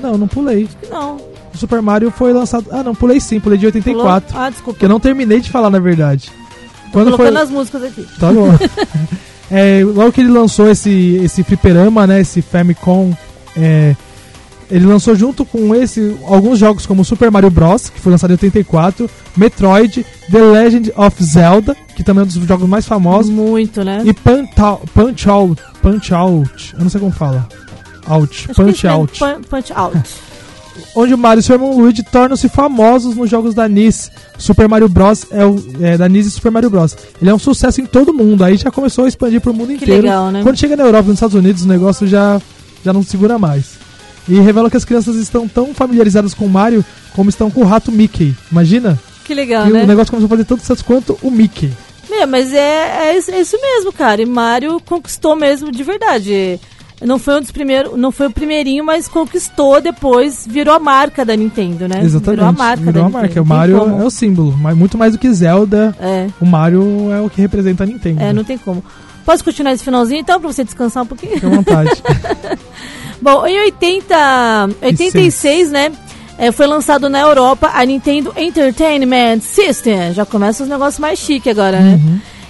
S6: Não, não pulei.
S5: Não.
S6: O Super Mario foi lançado. Ah, não, pulei sim, pulei de
S5: pulou?
S6: 84.
S5: Ah, desculpa.
S6: Que eu não terminei de falar, na verdade. Quando
S5: Colocando as músicas aqui.
S6: Tá bom. É, logo que ele lançou esse, esse fliperama, né? Esse Famicom. é, ele lançou junto com esse alguns jogos como Super Mario Bros., que foi lançado em 84, Metroid, The Legend of Zelda, que também é um dos jogos mais famosos,
S5: Muito, né?
S6: e Punch Out. Punch Out. Punch Out. Eu não sei como fala. Out.
S5: Acho que é isso
S6: Punch
S5: mesmo,
S6: Out
S5: pun- Punch Out.
S6: onde o Mario e seu irmão Luigi tornam-se famosos nos jogos da NIS. Super Mario Bros. é o é, da NIS e Super Mario Bros. Ele é um sucesso em todo mundo. Aí já começou a expandir pro mundo inteiro.
S5: legal, né?
S6: Quando chega na Europa, nos Estados Unidos, o negócio já já não segura mais. E revela que as crianças estão tão familiarizadas com o Mario como estão com o rato Mickey. Imagina?
S5: que legal,
S6: E
S5: né?
S6: o um negócio começou a fazer tanto sucesso quanto o Mickey.
S5: Meu, mas é, é, isso- é isso mesmo, cara. E Mario conquistou mesmo de verdade. Não foi um dos primeiros, não foi o primeirinho, mas conquistou depois, virou a marca da Nintendo, né?
S6: Exatamente.
S5: Virou a marca
S6: Virou
S5: da
S6: a marca.
S5: Nintendo.
S6: O
S5: Tem
S6: Mario
S5: como.
S6: é o símbolo. Mas muito mais do que Zelda,
S5: É,
S6: o Mario é o que representa a Nintendo.
S5: é, não tem como. Posso continuar esse finalzinho então, pra você descansar um pouquinho?
S6: Fica à vontade.
S5: Bom, em 80, 86, né? é, foi lançado na Europa a Nintendo Entertainment System. Já começa os negócios mais chique agora, né?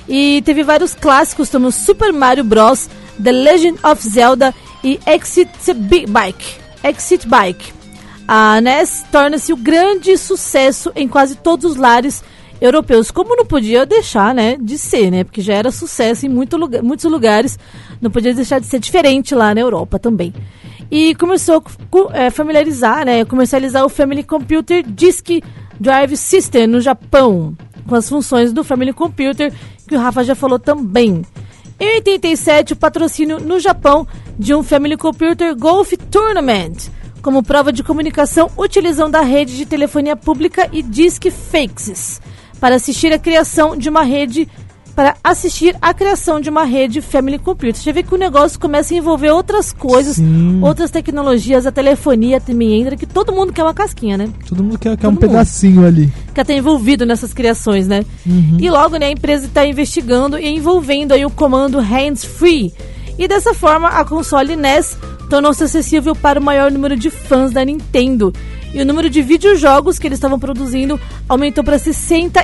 S5: E teve vários clássicos, como Super Mario Bros., The Legend of Zelda e Exit Bi- Bike. Exit Bike. A NES torna-se o grande sucesso em quase todos os lares europeus. Como não podia deixar, né, de ser, né? Porque já era sucesso em muito lugar- muitos lugares. Não podia deixar de ser diferente lá na Europa também. E começou a cu- é, familiarizar, né, comercializar o Family Computer Disc Drive System no Japão, com as funções do Family Computer, que o Rafa já falou também. Em 87, o patrocínio no Japão de um Family Computer Golf Tournament, como prova de comunicação utilizando a rede de telefonia pública e disque faxes, para assistir a criação de uma rede para assistir a criação de uma rede Family Computer. Você vê que o negócio começa a envolver outras coisas,
S6: Sim.
S5: outras tecnologias, a telefonia também entra, que todo mundo quer uma casquinha, né?
S6: Todo mundo quer, quer um
S5: Todo mundo.
S6: pedacinho ali.
S5: que está envolvido nessas criações, né?
S6: Uhum.
S5: E logo, né, a empresa está investigando e envolvendo aí o comando hands-free. E dessa forma, a console NES tornou-se acessível para o maior número de fãs da Nintendo. E o número de videojogos que eles estavam produzindo aumentou para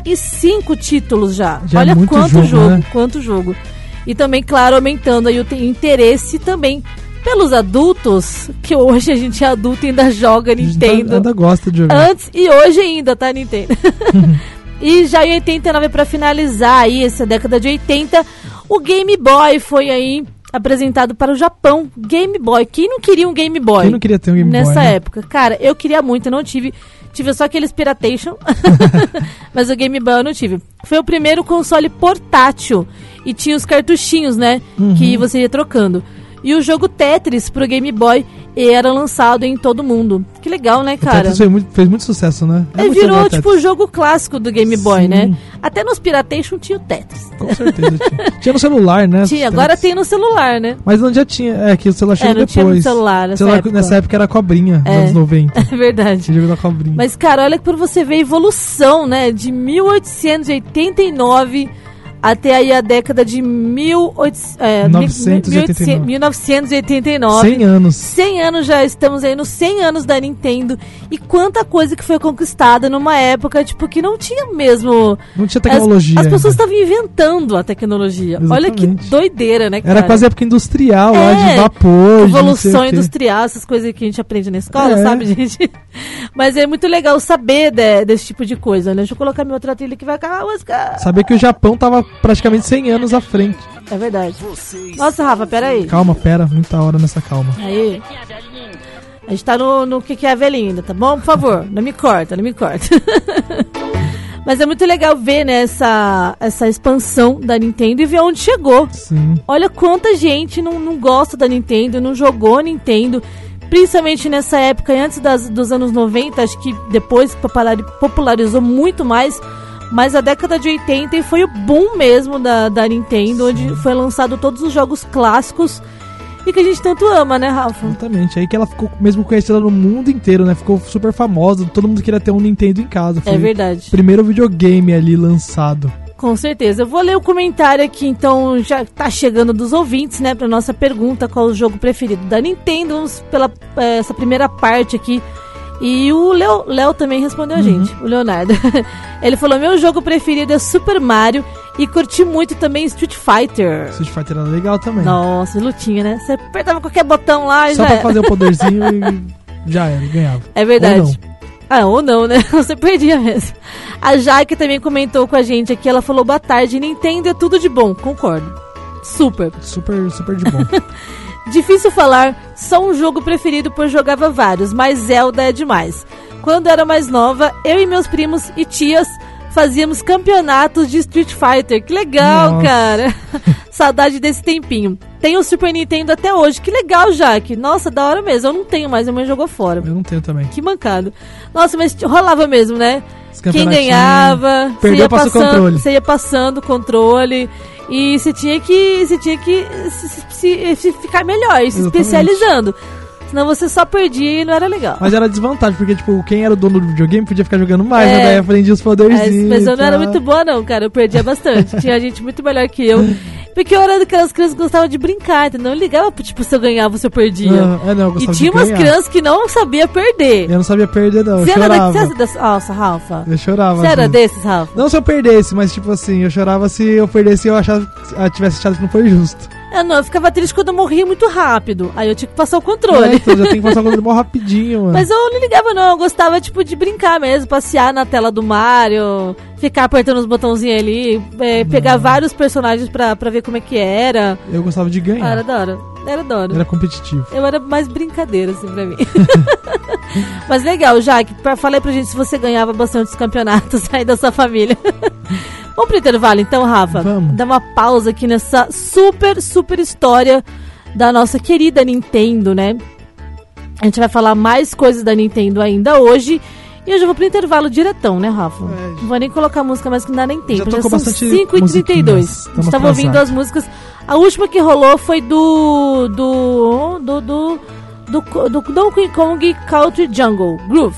S5: 65 títulos já.
S6: Já é
S5: Olha
S6: muito
S5: quanto
S6: jogo,
S5: jogo,
S6: né?
S5: quanto jogo. E também, claro, aumentando aí o te- interesse também pelos adultos, que hoje a gente é adulto e ainda joga
S6: A gente tá
S5: Nintendo.
S6: Ainda gosta de jogar.
S5: Antes e hoje ainda, tá, Nintendo? e já em 89, pra finalizar aí essa década de 80, o Game Boy foi aí apresentado para o Japão. Game Boy. Quem não queria um Game Boy?
S6: Quem não queria ter um Game Boy,
S5: Nessa
S6: né?
S5: época. Cara, eu queria muito, eu não tive. Tive só aqueles Piratation, mas o Game Boy eu não tive. Foi o primeiro console portátil e tinha os cartuchinhos, né?
S6: Uhum.
S5: Que você ia trocando. E o jogo Tetris pro Game Boy era lançado em todo mundo. Que legal, né,
S6: O
S5: cara?
S6: Tetris foi muito- fez muito sucesso, né?
S5: É,
S6: muito legal
S5: virou
S6: o Tetris.
S5: tipo o jogo clássico do Game Boy,
S6: Sim.
S5: né? Até nos Piratation tinha o Tetris.
S6: Com certeza. Tinha. Tinha no celular, né?
S5: Tinha,
S6: Tetris.
S5: agora tem no celular, né?
S6: Mas não já tinha. É, que o celular chegou
S5: É, não
S6: depois.
S5: tinha no celular nessa
S6: O celular
S5: época.
S6: nessa época era cobrinha, nos
S5: É.
S6: anos 90.
S5: É verdade.
S6: Tinha jogo da cobrinha.
S5: Mas, cara, olha pra você ver a evolução, né? De 1889 até aí a década de 1800, é,
S6: 989.
S5: 1989.
S6: 100 anos.
S5: 100 anos já estamos aí nos 100 anos da Nintendo e quanta coisa que foi conquistada numa época tipo que não tinha mesmo
S6: Não tinha
S5: As-
S6: tecnologia. né?
S5: As,
S6: ainda.
S5: pessoas estavam inventando a tecnologia. Olha que
S6: Exatamente.
S5: doideira, né, cara?
S6: Era quase época industrial, lá
S5: É,
S6: de vapor. de não sei o
S5: Evolução
S6: quê.
S5: industrial, essas coisas que a gente aprende na escola,
S6: É.
S5: sabe, gente? Mas é muito legal saber de- desse tipo de coisa, né? Deixa eu colocar minha outra trilha que vai acabar a música.
S6: Saber que o Japão tava praticamente 100 anos à frente.
S5: É verdade. Nossa, Rafa, peraí.
S6: Calma, pera, muita hora nessa calma.
S5: Aí. A gente tá no, no que, que é velhinho ainda, tá bom? Por favor, não me corta, não me corta. Mas é muito legal ver, né, essa, essa expansão da Nintendo e ver onde chegou.
S6: Sim.
S5: Olha quanta gente não, não gosta da Nintendo, não jogou Nintendo. Principalmente nessa época, antes das- dos anos 90, acho que depois populari- popularizou muito mais. Mas a década de 80 e foi o boom mesmo da, da Nintendo, onde foi lançado todos os jogos clássicos e que a gente tanto ama, né, Rafa?
S6: Exatamente. Aí que ela ficou mesmo conhecida no mundo inteiro, né? Ficou super famosa. Todo mundo queria ter um Nintendo em casa. Foi
S5: É verdade.
S6: o primeiro videogame ali lançado.
S5: Com certeza. Eu vou ler o comentário aqui, então já tá chegando dos ouvintes, né, pra nossa pergunta qual o jogo preferido da Nintendo. Vamos pela eh, essa primeira parte aqui. E o Léo Léo também respondeu
S6: Uhum.
S5: a gente, o Leonardo. Ele falou: "Meu jogo preferido é Super Mario e curti muito também Street Fighter".
S6: Street Fighter era legal também.
S5: Nossa, lutinha, né? Você apertava qualquer botão lá e
S6: Só
S5: já
S6: pra
S5: era.
S6: fazer o poderzinho e já era, ganhava.
S5: É
S6: Ou
S5: verdade.
S6: não.
S5: Ah, ou não, né? Você perdia mesmo. A Jaque também comentou com a gente aqui. Ela falou: boa tarde, Nintendo é tudo de bom. Concordo. Super.
S6: Super, super de bom.
S5: Difícil falar, só um jogo preferido, pois jogava vários, mas Zelda é demais. Quando era mais nova, eu e meus primos e tias fazíamos campeonatos de Street Fighter. Que legal,
S6: Nossa.
S5: cara. Saudade desse tempinho. Tem o Super Nintendo até hoje. Que legal, Jaque. Nossa, da hora mesmo. Eu não tenho mais, minha mãe jogou fora.
S6: Eu não tenho também.
S5: Que mancado. Nossa, mas rolava mesmo, né?
S6: Os
S5: Quem
S6: campeonatinhos-
S5: ganhava, você
S6: Perdeu,
S5: ia
S6: passa o
S5: passando-
S6: controle.
S5: Você ia passando o controle. E você tinha que. Você tinha que se, se- se- se ficar melhor, se
S6: Exatamente.
S5: especializando. Senão você só perdia e não era legal.
S6: Mas era desvantagem, porque, tipo, quem era o dono do videogame podia ficar jogando mais,
S5: É.
S6: né? Daí aprendia os
S5: Mas,
S6: poderzinhos.
S5: mas eu não era
S6: tá?
S5: muito boa, não, cara. Eu perdia bastante. Tinha gente muito melhor que eu. Porque eu era daquelas crianças que gostavam de brincar, entendeu? Não ligava, tipo, se eu ganhava ou se eu perdia.
S6: Ah, é, não, eu
S5: e
S6: gostava de
S5: tinha umas
S6: ganhar.
S5: crianças que não sabia perder.
S6: Eu não sabia perder, não. Eu
S5: Você era da-
S6: chorava.
S5: você era dessa. Nossa, Rafa.
S6: Eu chorava.
S5: Você era
S6: assim.
S5: desses, Rafa?
S6: Não se eu perdesse, mas tipo assim, eu chorava se eu perdesse e eu achava, ah, tivesse achado que não foi justo.
S5: Eu É, não, eu ficava triste quando eu morria muito rápido. Aí eu tinha que passar o
S6: É,
S5: controle.
S6: então já tem que passar o controle mó rapidinho, mano.
S5: Mas eu não ligava, não. Eu gostava, tipo, de brincar mesmo, passear na tela do Mario, ficar apertando os botãozinhos ali, é, pegar vários personagens pra, pra ver como é que era.
S6: Eu gostava de
S5: Ah,
S6: ganhar.
S5: era da hora. Era da hora.
S6: Era competitivo.
S5: Eu era mais brincadeira, assim, pra mim. Mas legal, Jaque, pra, fala aí pra gente se você ganhava bastante os campeonatos aí da sua família. Vamos pro intervalo então, Rafa?
S6: Vamos.
S5: Dá uma pausa aqui nessa super, super história da nossa querida Nintendo, né? A gente vai falar mais coisas da Nintendo ainda hoje. E hoje eu vou pro intervalo diretão, né, Rafa? Não vou nem colocar música mais que não dá nem tempo.
S6: tocou
S5: são
S6: bastante
S5: 5h32.
S6: musiquinhas. Tá
S5: A gente
S6: Tamo
S5: tava ouvindo
S6: atrasado.
S5: as músicas. A última que rolou foi do. do. do. do. do, do Donkey Kong Country Jungle Groove.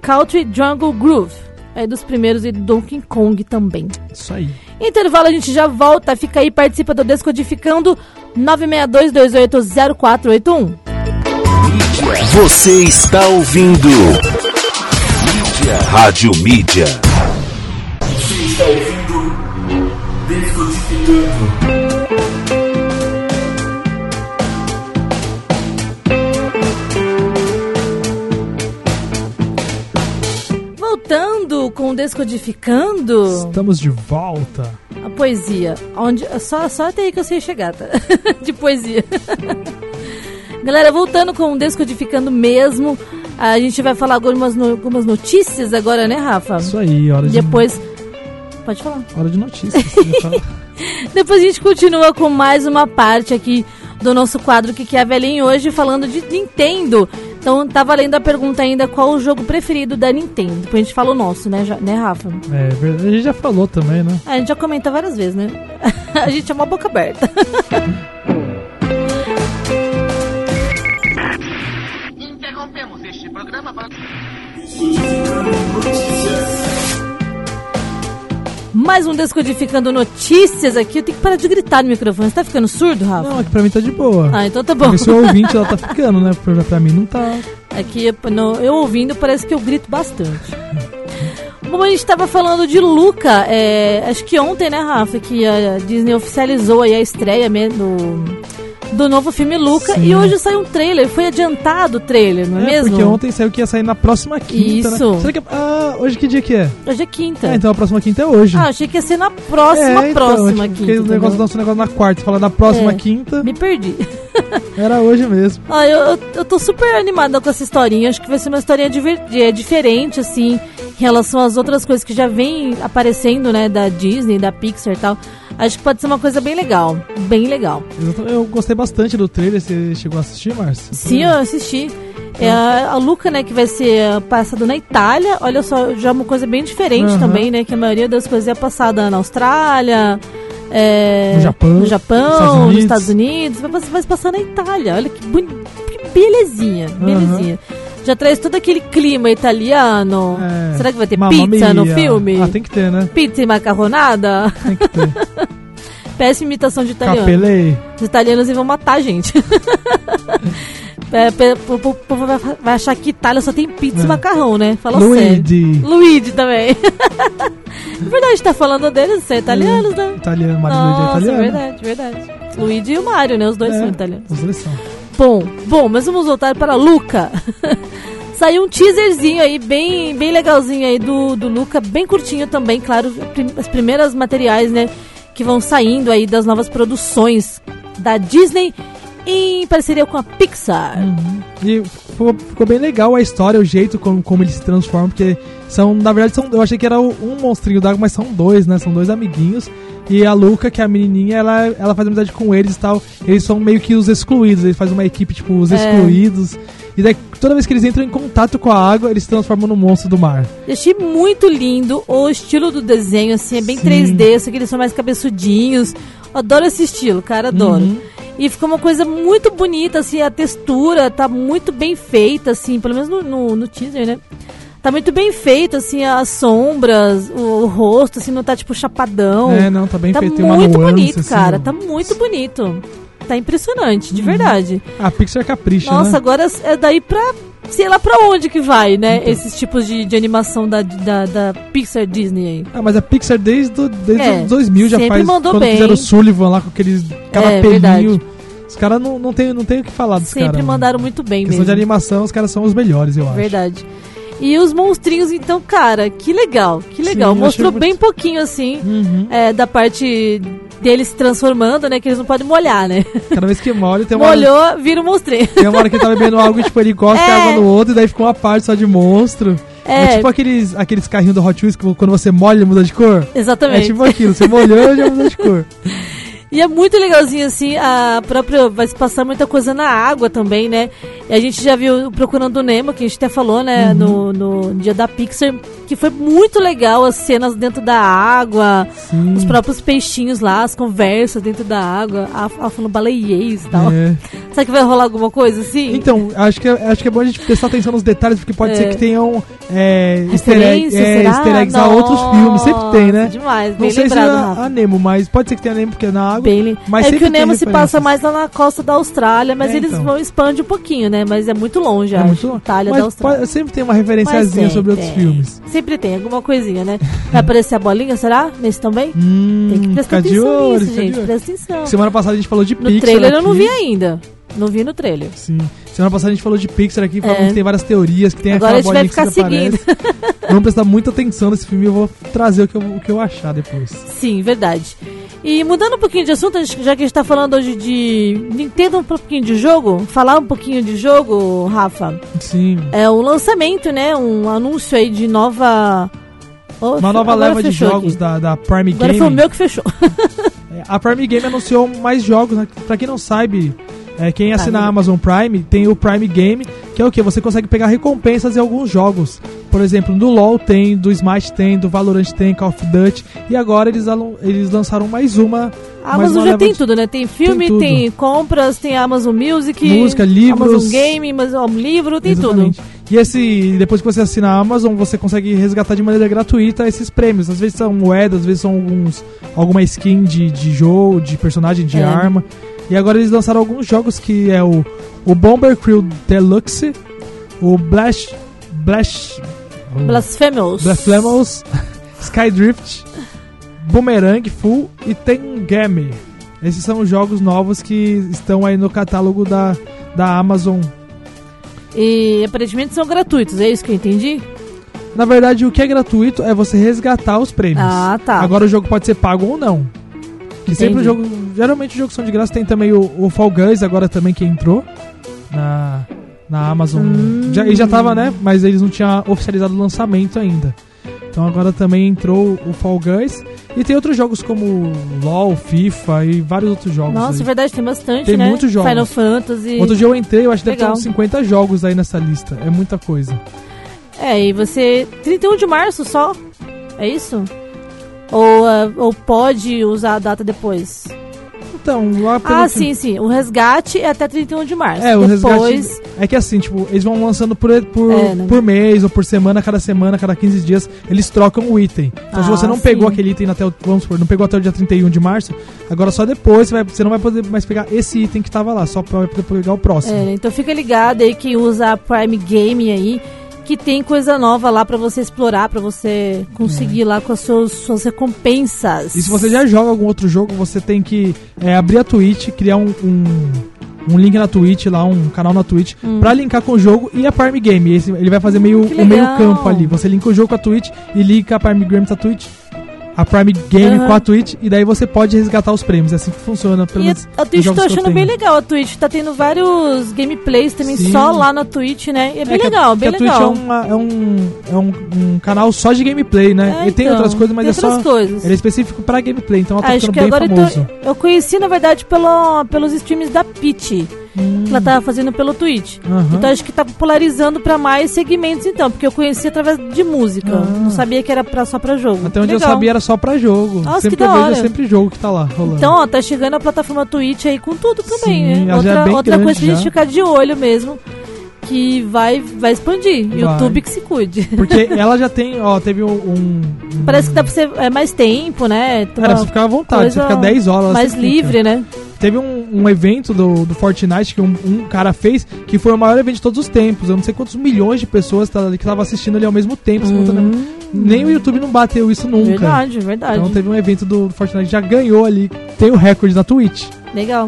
S5: Country Jungle Groove. É dos primeiros e do Donkey Kong também.
S6: Isso aí.
S5: Intervalo, a gente já volta. Fica aí, participa do Descodificando 962280481.
S4: Você está ouvindo. Mídia. Rádio Mídia.
S1: Você está ouvindo Descodificando.
S5: Voltando com o Descodificando
S6: Estamos de volta.
S5: a poesia. Onde, só, só até aí que eu sei chegar, tá? De poesia. Galera, voltando com o Descodificando mesmo. A gente vai falar algumas, no- algumas notícias agora, né, Rafa?
S6: Isso aí, hora de,
S5: Depois. Pode falar.
S6: hora de notícias. tá- Eu ia falar.
S5: Depois a gente continua com mais uma parte aqui do nosso quadro que que é velhinho hoje falando de Nintendo. Então tá valendo a pergunta ainda qual o jogo preferido da Nintendo. Depois a gente fala o nosso, né, Ja- né Rafa?
S6: é, verdade. a gente já falou também, né?
S5: Ah, A gente já comenta várias vezes, né? a gente é uma boca aberta.
S7: Interrompemos este programa para.
S1: Descodificando notícias.
S5: Mais um Descodificando Notícias aqui. Eu tenho que parar de gritar no microfone. Você tá ficando surdo, Rafa?
S6: Não, aqui pra mim tá de boa.
S5: Ah, então tá bom.
S6: Porque se eu ouvinte, ela tá ficando, né? Pra, pra mim não tá.
S5: Aqui, É no- eu ouvindo, parece que eu grito bastante. Bom, a gente tava falando de Luca, é, acho que ontem, né, Rafa, que a Disney oficializou aí a estreia me- do, do novo filme Luca,
S6: Sim.
S5: e hoje saiu um trailer, foi adiantado o trailer, não é, mesmo?
S6: Porque ontem saiu que ia sair na próxima quinta,
S5: Isso.
S6: né? Será que é- Ah, hoje que dia que é?
S5: Hoje é quinta.
S6: Ah, então a próxima quinta é hoje.
S5: Ah, achei que ia ser na próxima,
S6: é, então,
S5: próxima
S6: tipo,
S5: quinta.
S6: Porque o negócio
S5: entendeu?
S6: lança o negócio na quarta. Fala na próxima
S5: É.
S6: quinta.
S5: Me perdi.
S6: Era hoje mesmo.
S5: Ah, eu, eu, eu tô super animada com essa historinha. Acho que vai ser uma historinha diverti- é, diferente, assim, em relação às outras coisas que já vem aparecendo, né? Da Disney, da Pixar e tal. Acho que pode ser uma coisa bem legal. Bem legal.
S6: Exato. Eu gostei bastante do trailer. Você chegou a assistir, Márcio? Hum.
S5: Sim, eu assisti. É a, a Luca, né, que vai ser é, passado na Itália. Olha só, já é uma coisa bem diferente
S6: Aham.
S5: também, né? Que a maioria das coisas é passada na Austrália, é,
S6: No Japão,
S5: no Japão,
S6: nos Estados
S5: nos
S6: Unidos.
S5: Estados Unidos. Vai, pass- vai passar na Itália. Olha que, boni- que belezinha, belezinha. Já traz todo aquele clima italiano.
S6: É.
S5: Será que vai ter
S6: Mamma
S5: pizza no
S6: Mia.
S5: filme?
S6: Ah, tem que ter, né?
S5: Pizza e macarronada?
S6: Tem que ter.
S5: Péssima imitação de italiano.
S6: Capelei.
S5: Os italianos iam matar a gente. É, pe- o po- o povo vai- vai achar que Itália só tem pizza e
S6: É.
S5: macarrão, né? Fala sério.
S6: Luigi.
S5: Luigi também. é verdade, tá falando deles, são italianos, né?
S6: Italiano, marido Luigi é
S5: Nossa,
S6: italiano.
S5: verdade, verdade. Luigi e o Mario, né? Os dois
S6: É,
S5: são italianos.
S6: Os dois são.
S5: Bom, bom, mas vamos voltar para Luca. Saiu um teaserzinho aí, bem, bem legalzinho aí do, do Luca, bem curtinho também, claro, prim- as primeiras materiais, né, que vão saindo aí das novas produções da Disney em parceria com a Pixar.
S6: E ficou, ficou bem legal a história, o jeito como, como ele se transforma, porque são, na verdade, são, eu achei que era o- um monstrinho d'água, mas são dois, né? São dois amiguinhos. E a Luca, que é a menininha, ela, ela faz amizade com eles e tal. Eles são meio que os excluídos, eles fazem uma equipe, tipo,
S5: É.
S6: os excluídos. E daí, toda vez que eles entram em contato com a água, eles se transformam no monstro do mar.
S5: Eu achei muito lindo o estilo do desenho, assim, é bem
S6: Sim.
S5: 3D, só que eles são mais cabeçudinhos. Adoro esse estilo, cara, adoro.
S6: Uhum.
S5: E ficou uma coisa muito bonita, assim, a textura tá muito bem feita, assim, pelo menos no, no, no teaser, né? Tá muito bem feito, assim, as sombras, o, o rosto, assim, não tá tipo chapadão.
S6: É, não, tá bem
S5: tá
S6: feito. Tem uma
S5: muito
S6: nuance,
S5: bonito,
S6: assim,
S5: cara,
S6: ó. Uhum.
S5: tá muito bonito. Tá impressionante, de verdade.
S6: A Pixar capricha,
S5: Nossa,
S6: né?
S5: agora é daí pra. Sei lá pra onde que vai, né?
S6: Então.
S5: Esses tipos de, de animação da, da, da Pixar Disney aí.
S6: Ah, mas a Pixar desde, do- desde
S5: É,
S6: os 2000 já
S5: sempre
S6: faz.
S5: mandou
S6: quando
S5: bem. É,
S6: fizeram o Sullivan lá com aqueles
S5: verdade.
S6: carapelinho. os caras não, não tem não tem o que falar dos
S5: Sempre
S6: caras. mano.
S5: mandaram muito
S6: Em
S5: bem mesmo.
S6: questão de animação, os caras são os melhores, eu acho.
S5: Verdade. E os monstrinhos, então, cara, que legal, que legal.
S6: Sim, eu
S5: Mostrou
S6: achei
S5: bem pouquinho, assim,
S6: Uhum.
S5: é, da parte dele se transformando, né? Que eles não podem molhar, né?
S6: Cada vez que molha, tem uma, hora,
S5: Molhou, vira um monstrinho.
S6: tem uma hora que ele tá bebendo algo e, tipo, ele gosta
S5: É.
S6: água no outro, e daí fica uma parte só de monstro.
S5: É.
S6: É, tipo aqueles, aqueles carrinhos do Hot Wheels que quando você molha, ele muda de cor. É
S5: Exatamente.
S6: tipo aquilo, você molhou, já muda de cor.
S5: E é muito legalzinho, assim, a própria. Vai se passar muita coisa na água também, né? E a gente já viu o Procurando o Nemo, que a gente até falou, né,
S6: Uhum.
S5: no, no dia da Pixar, que foi muito legal as cenas dentro da água,
S6: Sim.
S5: os próprios peixinhos lá, as conversas dentro da água, a, a falando baleiês e tal.
S6: É.
S5: Será que vai rolar alguma coisa assim?
S6: Então, acho que, acho que é bom a gente prestar atenção nos detalhes, porque pode
S5: É.
S6: ser que tenham é, easter, egg,
S5: Referência,
S6: é,
S5: será?
S6: easter eggs a outros
S5: Nossa,
S6: filmes. Sempre tem, né?
S5: Demais,
S6: Não
S5: bem
S6: sei se é
S5: lembrado,
S6: a,
S5: Rafa.
S6: a Nemo, mas pode ser que tenha Nemo, porque é na água.
S5: Bem le-
S6: mas
S5: é que
S6: sempre
S5: o Nemo
S6: tem
S5: se passa
S6: referências.
S5: mais lá na costa da Austrália, mas
S6: É,
S5: eles
S6: então.
S5: vão expande um pouquinho, né? Mas é muito longe,
S6: É
S5: acho.
S6: muito louco.
S5: Itália da
S6: mas
S5: Austrália.
S6: pode- sempre tem uma
S5: Mas
S6: referenciazinha
S5: tem,
S6: sobre outros
S5: tem.
S6: filmes.
S5: Sempre tem, alguma coisinha, né? Vai aparecer a bolinha, será? Nesse também?
S6: Hum,
S5: tem que prestar
S6: fica de
S5: atenção
S6: olho,
S5: nisso,
S6: fica de
S5: gente.
S6: olho.
S5: Presta atenção.
S6: Semana passada a gente falou de
S5: No
S6: Pixar.
S5: trailer eu
S6: aqui.
S5: não vi ainda. Não vi no trailer.
S6: Sim. Semana passada a gente falou de Pixar aqui, falamos
S5: É.
S6: que tem várias teorias, que tem
S5: Agora a
S6: aquela
S5: gente vai
S6: bolinha
S5: ficar
S6: que sempre
S5: seguindo.
S6: aparece. Vamos prestar muita atenção nesse filme e eu vou trazer o que eu, o que eu achar depois.
S5: Sim, verdade. E mudando um pouquinho de assunto, a gente- já que a gente tá falando hoje de Nintendo um pouquinho de jogo, falar um pouquinho de jogo, Rafa.
S6: Sim.
S5: É um lançamento, né? Um anúncio aí de nova. Oh,
S6: Uma nova
S5: agora
S6: leva de
S5: fechou
S6: jogos
S5: aqui.
S6: da, da Prime
S5: Agora
S6: Game.
S5: foi o meu que fechou.
S6: É, A Prime Game anunciou mais jogos. Né? Pra quem não sabe, é, quem
S5: Ah,
S6: assina a Amazon Prime tem o Prime Game, que é o que? Você consegue pegar recompensas em alguns jogos. Por exemplo, do LoL tem, do Smash tem, do Valorant tem, Call of Duty. E agora eles, alun- eles lançaram mais uma.
S5: A
S6: mais
S5: Amazon
S6: uma
S5: já
S6: leva
S5: tem
S6: de-
S5: tudo, né? Tem filme, tem,
S6: tudo.
S5: compras, tem Amazon Music,
S6: Música, livros.
S5: Amazon Game, Amazon livro, tem
S6: Exatamente. E esse, depois que você assina a Amazon, você consegue resgatar de maneira gratuita esses prêmios. Às vezes são moedas, às vezes são alguns, alguma skin de, de jogo, de personagem, de
S5: É.
S6: arma. E agora eles lançaram alguns jogos que é o, o Bomber Crew Deluxe, o Blast... Blast...
S5: tudo. Blasphemous.
S6: Blasphemous, Skydrift, Boomerang Full e Tengame. Esses são os jogos novos que estão aí no catálogo da, da Amazon
S5: E aparentemente são gratuitos, é isso que eu entendi?
S6: Na verdade, o que é gratuito é você resgatar os prêmios.
S5: Ah, tá.
S6: Agora o jogo pode ser pago ou não. Que sempre o jogo. Geralmente os jogos são de graça. Tem também o, o Fall Guys agora também que entrou na, na Amazon. Já, ele já tava, né? Mas eles não tinham oficializado o lançamento ainda. Então agora também entrou o Fall Guys. E tem outros jogos como LOL, FIFA e vários outros jogos.
S5: Nossa, é
S6: aí.
S5: verdade, tem bastante,
S6: Tem
S5: né?
S6: muitos jogos.
S5: Final Fantasy.
S6: Outro dia eu entrei, eu acho que deve ter
S5: Legal.
S6: uns 50 jogos aí nessa lista. É muita coisa.
S5: É, e você. 31 de março só? É isso? Ou, ah, ou pode usar a data depois?
S6: Então, lá pelo
S5: Ah,
S6: que-
S5: sim, sim. O resgate é até 31 de março.
S6: É, o
S5: Depois,
S6: resgate. É que assim, tipo, eles vão lançando por, por,
S5: É, né?
S6: por mês ou por semana, cada semana, cada 15 dias, eles trocam o item. Então, se
S5: Ah,
S6: você não
S5: sim.
S6: pegou aquele item até o. Vamos supor, não pegou até o dia 31 de março, agora só depois você, vai- você não vai poder mais pegar esse item que tava lá, só pra- vai poder pegar o próximo.
S5: É, então fica ligado aí quem usa a Prime Game aí, que tem coisa nova lá pra você explorar, pra você conseguir lá com as suas, suas recompensas.
S6: E se você já joga algum outro jogo, você tem que é, abrir a Twitch, criar um, um, um link na Twitch, lá, um canal na Twitch, pra linkar com o jogo e a Prime Game. Esse- ele vai fazer meio,
S5: Hum. que
S6: o meio
S5: legal.
S6: campo ali. Você linka o jogo com a Twitch e liga a Prime Game com a Twitch. A Prime Game
S5: Aham.
S6: com a Twitch, e daí você pode resgatar os prêmios. É assim que funciona. Pelo
S5: E
S6: menos
S5: a, a
S6: nos
S5: Twitch
S6: jogos
S5: tá
S6: que eu tenho.
S5: achando bem legal. A Twitch tá tendo vários gameplays também
S6: Sim.
S5: só lá na Twitch, né? E é bem
S6: que a-
S5: legal,
S6: que
S5: bem
S6: a Twitch
S5: legal.
S6: é, uma- é um, é um, um canal só de gameplay, né?
S5: É,
S6: Ele tem
S5: então,
S6: outras coisas, mas
S5: tem
S6: é só.
S5: outras coisas.
S6: Ele é específico pra gameplay, então ela tá
S5: Acho
S6: ficando
S5: que
S6: bem
S5: agora eu, tô-
S6: famoso.
S5: eu conheci, na verdade, pelo, pelos streams da Peach. Que ela tava fazendo pelo Twitch.
S6: Hum. Aham.
S5: Então acho que tá popularizando pra mais segmentos, então, porque eu conheci através de música.
S6: Ah.
S5: Não sabia que era pra, só pra jogo.
S6: Até onde
S5: Legal.
S6: eu sabia era só pra jogo.
S5: Nossa,
S6: sempre
S5: que da
S6: eu vejo
S5: hora.
S6: é sempre jogo que tá lá rolando.
S5: Então, ó, tá chegando a plataforma Twitch aí com tudo também,
S6: Sim,
S5: né?
S6: ela já é
S5: Outra,
S6: bem
S5: outra
S6: grande
S5: coisa pra gente
S6: já.
S5: ficar de olho mesmo, que vai, vai expandir. YouTube que se cuide.
S6: Porque ela já tem, ó, teve um. um-
S5: Parece que dá pra ser é, mais tempo, né? Tem
S6: Cara,
S5: uma
S6: você fica à vontade, você
S5: coisa
S6: fica 10 horas. ela
S5: Mais
S6: sempre
S5: livre,
S6: fica.
S5: né?
S6: Teve um, um evento do, do Fortnite que um, um cara fez, que foi o maior evento de todos os tempos. Eu não sei quantos milhões de pessoas tá- que estavam assistindo ali ao mesmo tempo. simultaneamente. Nem o YouTube não bateu isso nunca.
S5: Hum. Verdade, verdade.
S6: Então teve um evento do, do Fortnite que já ganhou ali, tem o recorde na Twitch.
S5: Legal.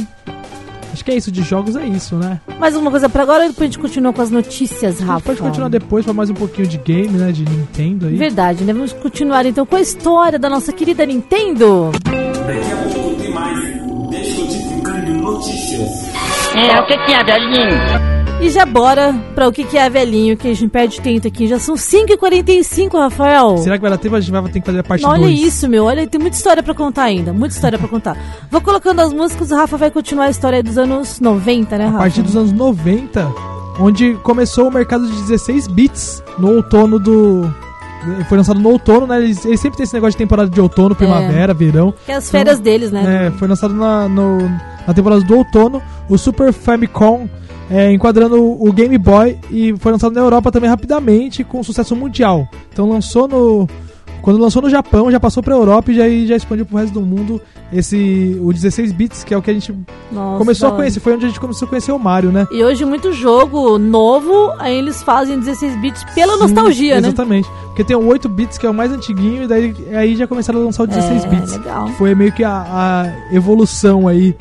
S6: Acho que é isso, de jogos é isso, né?
S5: Mais uma coisa pra agora, depois a gente continua com as notícias,
S6: A gente
S5: Rafa.
S6: pode continuar depois pra mais um pouquinho de game, né? De Nintendo aí.
S5: Verdade, né? Vamos continuar então com a história da nossa querida Nintendo.
S1: Daqui a pouco tem notícias.
S8: É, o que que é, velhinho?
S5: E já bora pra o que, que é velhinho, que a gente perde tempo aqui. Já são 5h45, Rafael.
S6: Será que vai dar tempo? A gente vai ter que fazer a parte 2.
S5: Olha isso, meu. Olha, tem muita história pra contar ainda. Muita história pra contar. Vou colocando as músicas, o Rafa vai continuar a história aí dos anos 90, né,
S6: A
S5: Rafa?
S6: partir dos anos 90, onde começou o mercado de 16 bits no outono do. Foi lançado no outono, né? Eles, eles sempre tem esse negócio de temporada de
S5: É.
S6: outono, primavera, verão.
S5: Que é as férias deles, né?
S6: É, foi lançado na, no- na temporada do outono, o Super Famicom, é, enquadrando o o Game Boy, e foi lançado na Europa também rapidamente, com sucesso mundial. Então lançou no. Quando lançou no Japão, já passou pra Europa e já, e já expandiu pro resto do mundo esse. o 16 bits, que é o que a gente
S5: Nossa,
S6: começou a
S5: da hora.
S6: conhecer. Foi onde a gente começou a conhecer o Mario, né?
S5: E hoje muito jogo novo, aí eles fazem 16 bits pela
S6: Sim,
S5: nostalgia, né?
S6: Exatamente. Porque tem o 8 bits, que é o mais antiguinho, e daí aí já começaram a lançar o 16
S5: É,
S6: bits.
S5: legal.
S6: Foi meio que a, a evolução aí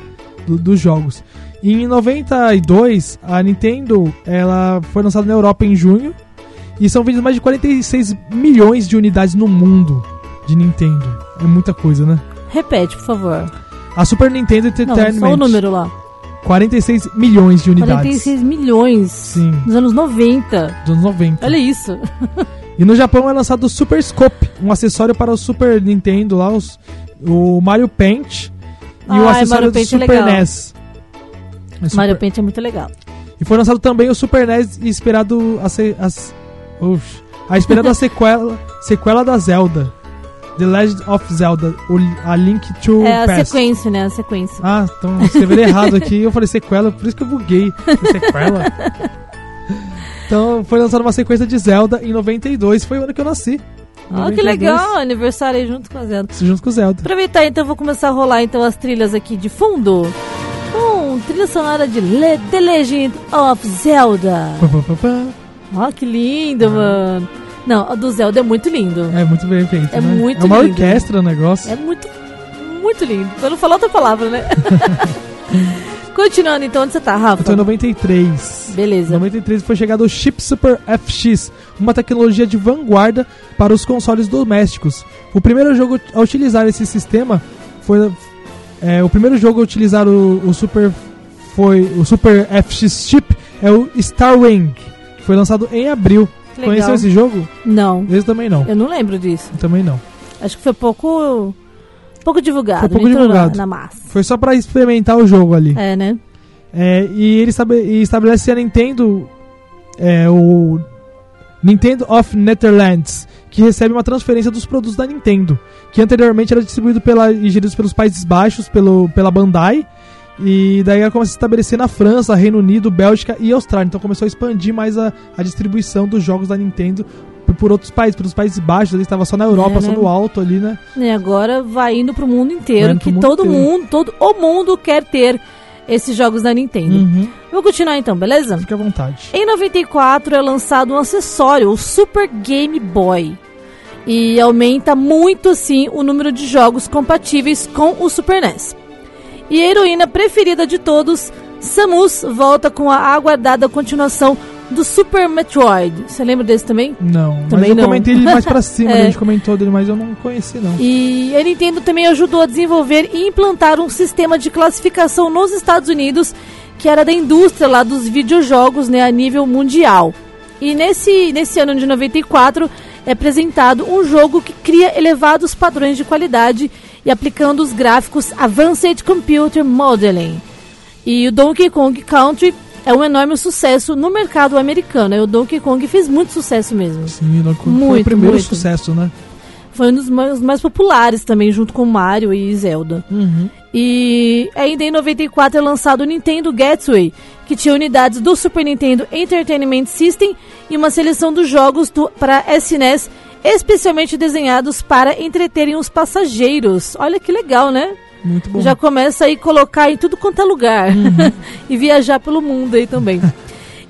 S6: do- dos jogos. E em 92, a Nintendo ela foi lançada na Europa em junho. E são vendidas mais de 46 milhões de unidades no mundo de Nintendo. É muita coisa, né?
S5: Repete, por favor.
S6: A Super Nintendo
S5: Não, só o
S6: Entertainment.
S5: número lá.
S6: 46 milhões de unidades.
S5: 46 milhões.
S6: Sim.
S5: Nos anos 90.
S6: Dos anos 90.
S5: Olha isso.
S6: E no Japão é lançado o Super Scope, um acessório para o Super Nintendo lá, os- o Mario Paint e o
S5: Ai,
S6: acessório
S5: Mario
S6: do
S5: Paint é
S6: Super
S5: legal.
S6: NES. É super-
S5: Mario Paint é muito legal.
S6: E foi lançado também o Super NES e esperado a se... as- Oxe. a esperada sequela sequela da Zelda, The Legend of Zelda, o, a Link to
S5: É a
S6: Past.
S5: sequência, né? A sequência.
S6: Ah, então escreveram errado aqui. Eu falei sequela, por isso que eu buguei. Sequela? então foi lançada uma sequência de Zelda em 92, foi o ano que eu nasci.
S5: Ó, que
S6: 92,
S5: legal. Aniversário aí junto com a Zelda.
S6: Junto com o Zelda.
S5: Aproveitar então, vou começar a rolar então as trilhas aqui de fundo. Hum, trilha sonora de Le The Legend of Zelda.
S6: Pá, pá, pá, pá.
S5: Ó, que
S6: Ah.
S5: lindo, mano. Não, a do Zelda é muito lindo.
S6: É muito bem feito,
S5: É
S6: né?
S5: muito
S6: é uma
S5: lindo.
S6: orquestra o negócio.
S5: É muito, muito lindo. Pra não falar outra palavra, né? Continuando então, onde você tá, Rafa?
S6: Eu tô em 93. Em
S5: Beleza.
S6: 93 foi chegado o Chip Super FX, uma tecnologia de vanguarda para os consoles domésticos. O primeiro jogo a utilizar esse sistema foi é, o primeiro jogo a utilizar o, o Super foi o Super FX Chip é o Star Wing, que foi lançado em abril.
S5: Legal.
S6: Conheceu esse jogo?
S5: Não,
S6: Esse também não.
S5: eu não lembro disso.
S6: Também não.
S5: Acho que foi pouco, pouco divulgado.
S6: Foi pouco
S5: não entrou na-
S6: divulgado.
S5: Na, massa.
S6: Foi só para experimentar o jogo ali.
S5: É, né?
S6: É, e ele estabe- e estabelece a Nintendo, é, o Nintendo of Netherlands, que recebe uma transferência dos produtos da Nintendo, que anteriormente era distribuído pela, e gerido pelos Países Baixos, pelo, pela Bandai, e daí ela começa a se estabelecer na França, Reino Unido, Bélgica e Austrália. Então começou a expandir mais a, a distribuição dos jogos da Nintendo por, por outros países, pelos Países Baixos, ele estava só na Europa,
S5: É,
S6: só
S5: né?
S6: no alto ali, né?
S5: E agora vai indo pro mundo inteiro,
S6: Vai indo pro
S5: que
S6: mundo
S5: todo
S6: inteiro.
S5: mundo, todo o mundo quer ter esses jogos da Nintendo.
S6: Uhum.
S5: Vou continuar então, beleza?
S6: Fique à vontade.
S5: Em 94 é lançado um acessório, o Super Game Boy. E aumenta muito sim o número de jogos compatíveis com o Super NES. E a heroína preferida de todos, Samus, volta com a aguardada continuação do Super Metroid. Você lembra desse também?
S6: Não, mas
S5: Também
S6: eu
S5: não.
S6: comentei ele mais pra cima,
S5: É.
S6: né? a gente comentou dele, mas eu não conheci não.
S5: E a Nintendo também ajudou a desenvolver e implantar um sistema de classificação nos Estados Unidos que era da indústria lá dos videojogos, né, a nível mundial. E nesse, nesse ano de 94 é apresentado um jogo que cria elevados padrões de qualidade e aplicando os gráficos Advanced Computer Modeling. E o Donkey Kong Country é um enorme sucesso no mercado americano. E o Donkey Kong fez muito sucesso mesmo.
S6: Sim, o Donkey Kong foi
S5: Muito,
S6: o primeiro
S5: muito.
S6: sucesso, né?
S5: Foi um dos mais, mais populares também, junto com Mario e Zelda. E ainda em 94 é lançado o Nintendo Gateway, que tinha unidades do Super Nintendo Entertainment System e uma seleção dos jogos do, para SNES, especialmente desenhados para entreterem os passageiros. Olha que legal, né?
S6: Muito bom. Uhum.
S5: Já começa aí colocar em tudo quanto é lugar. e viajar pelo mundo aí também.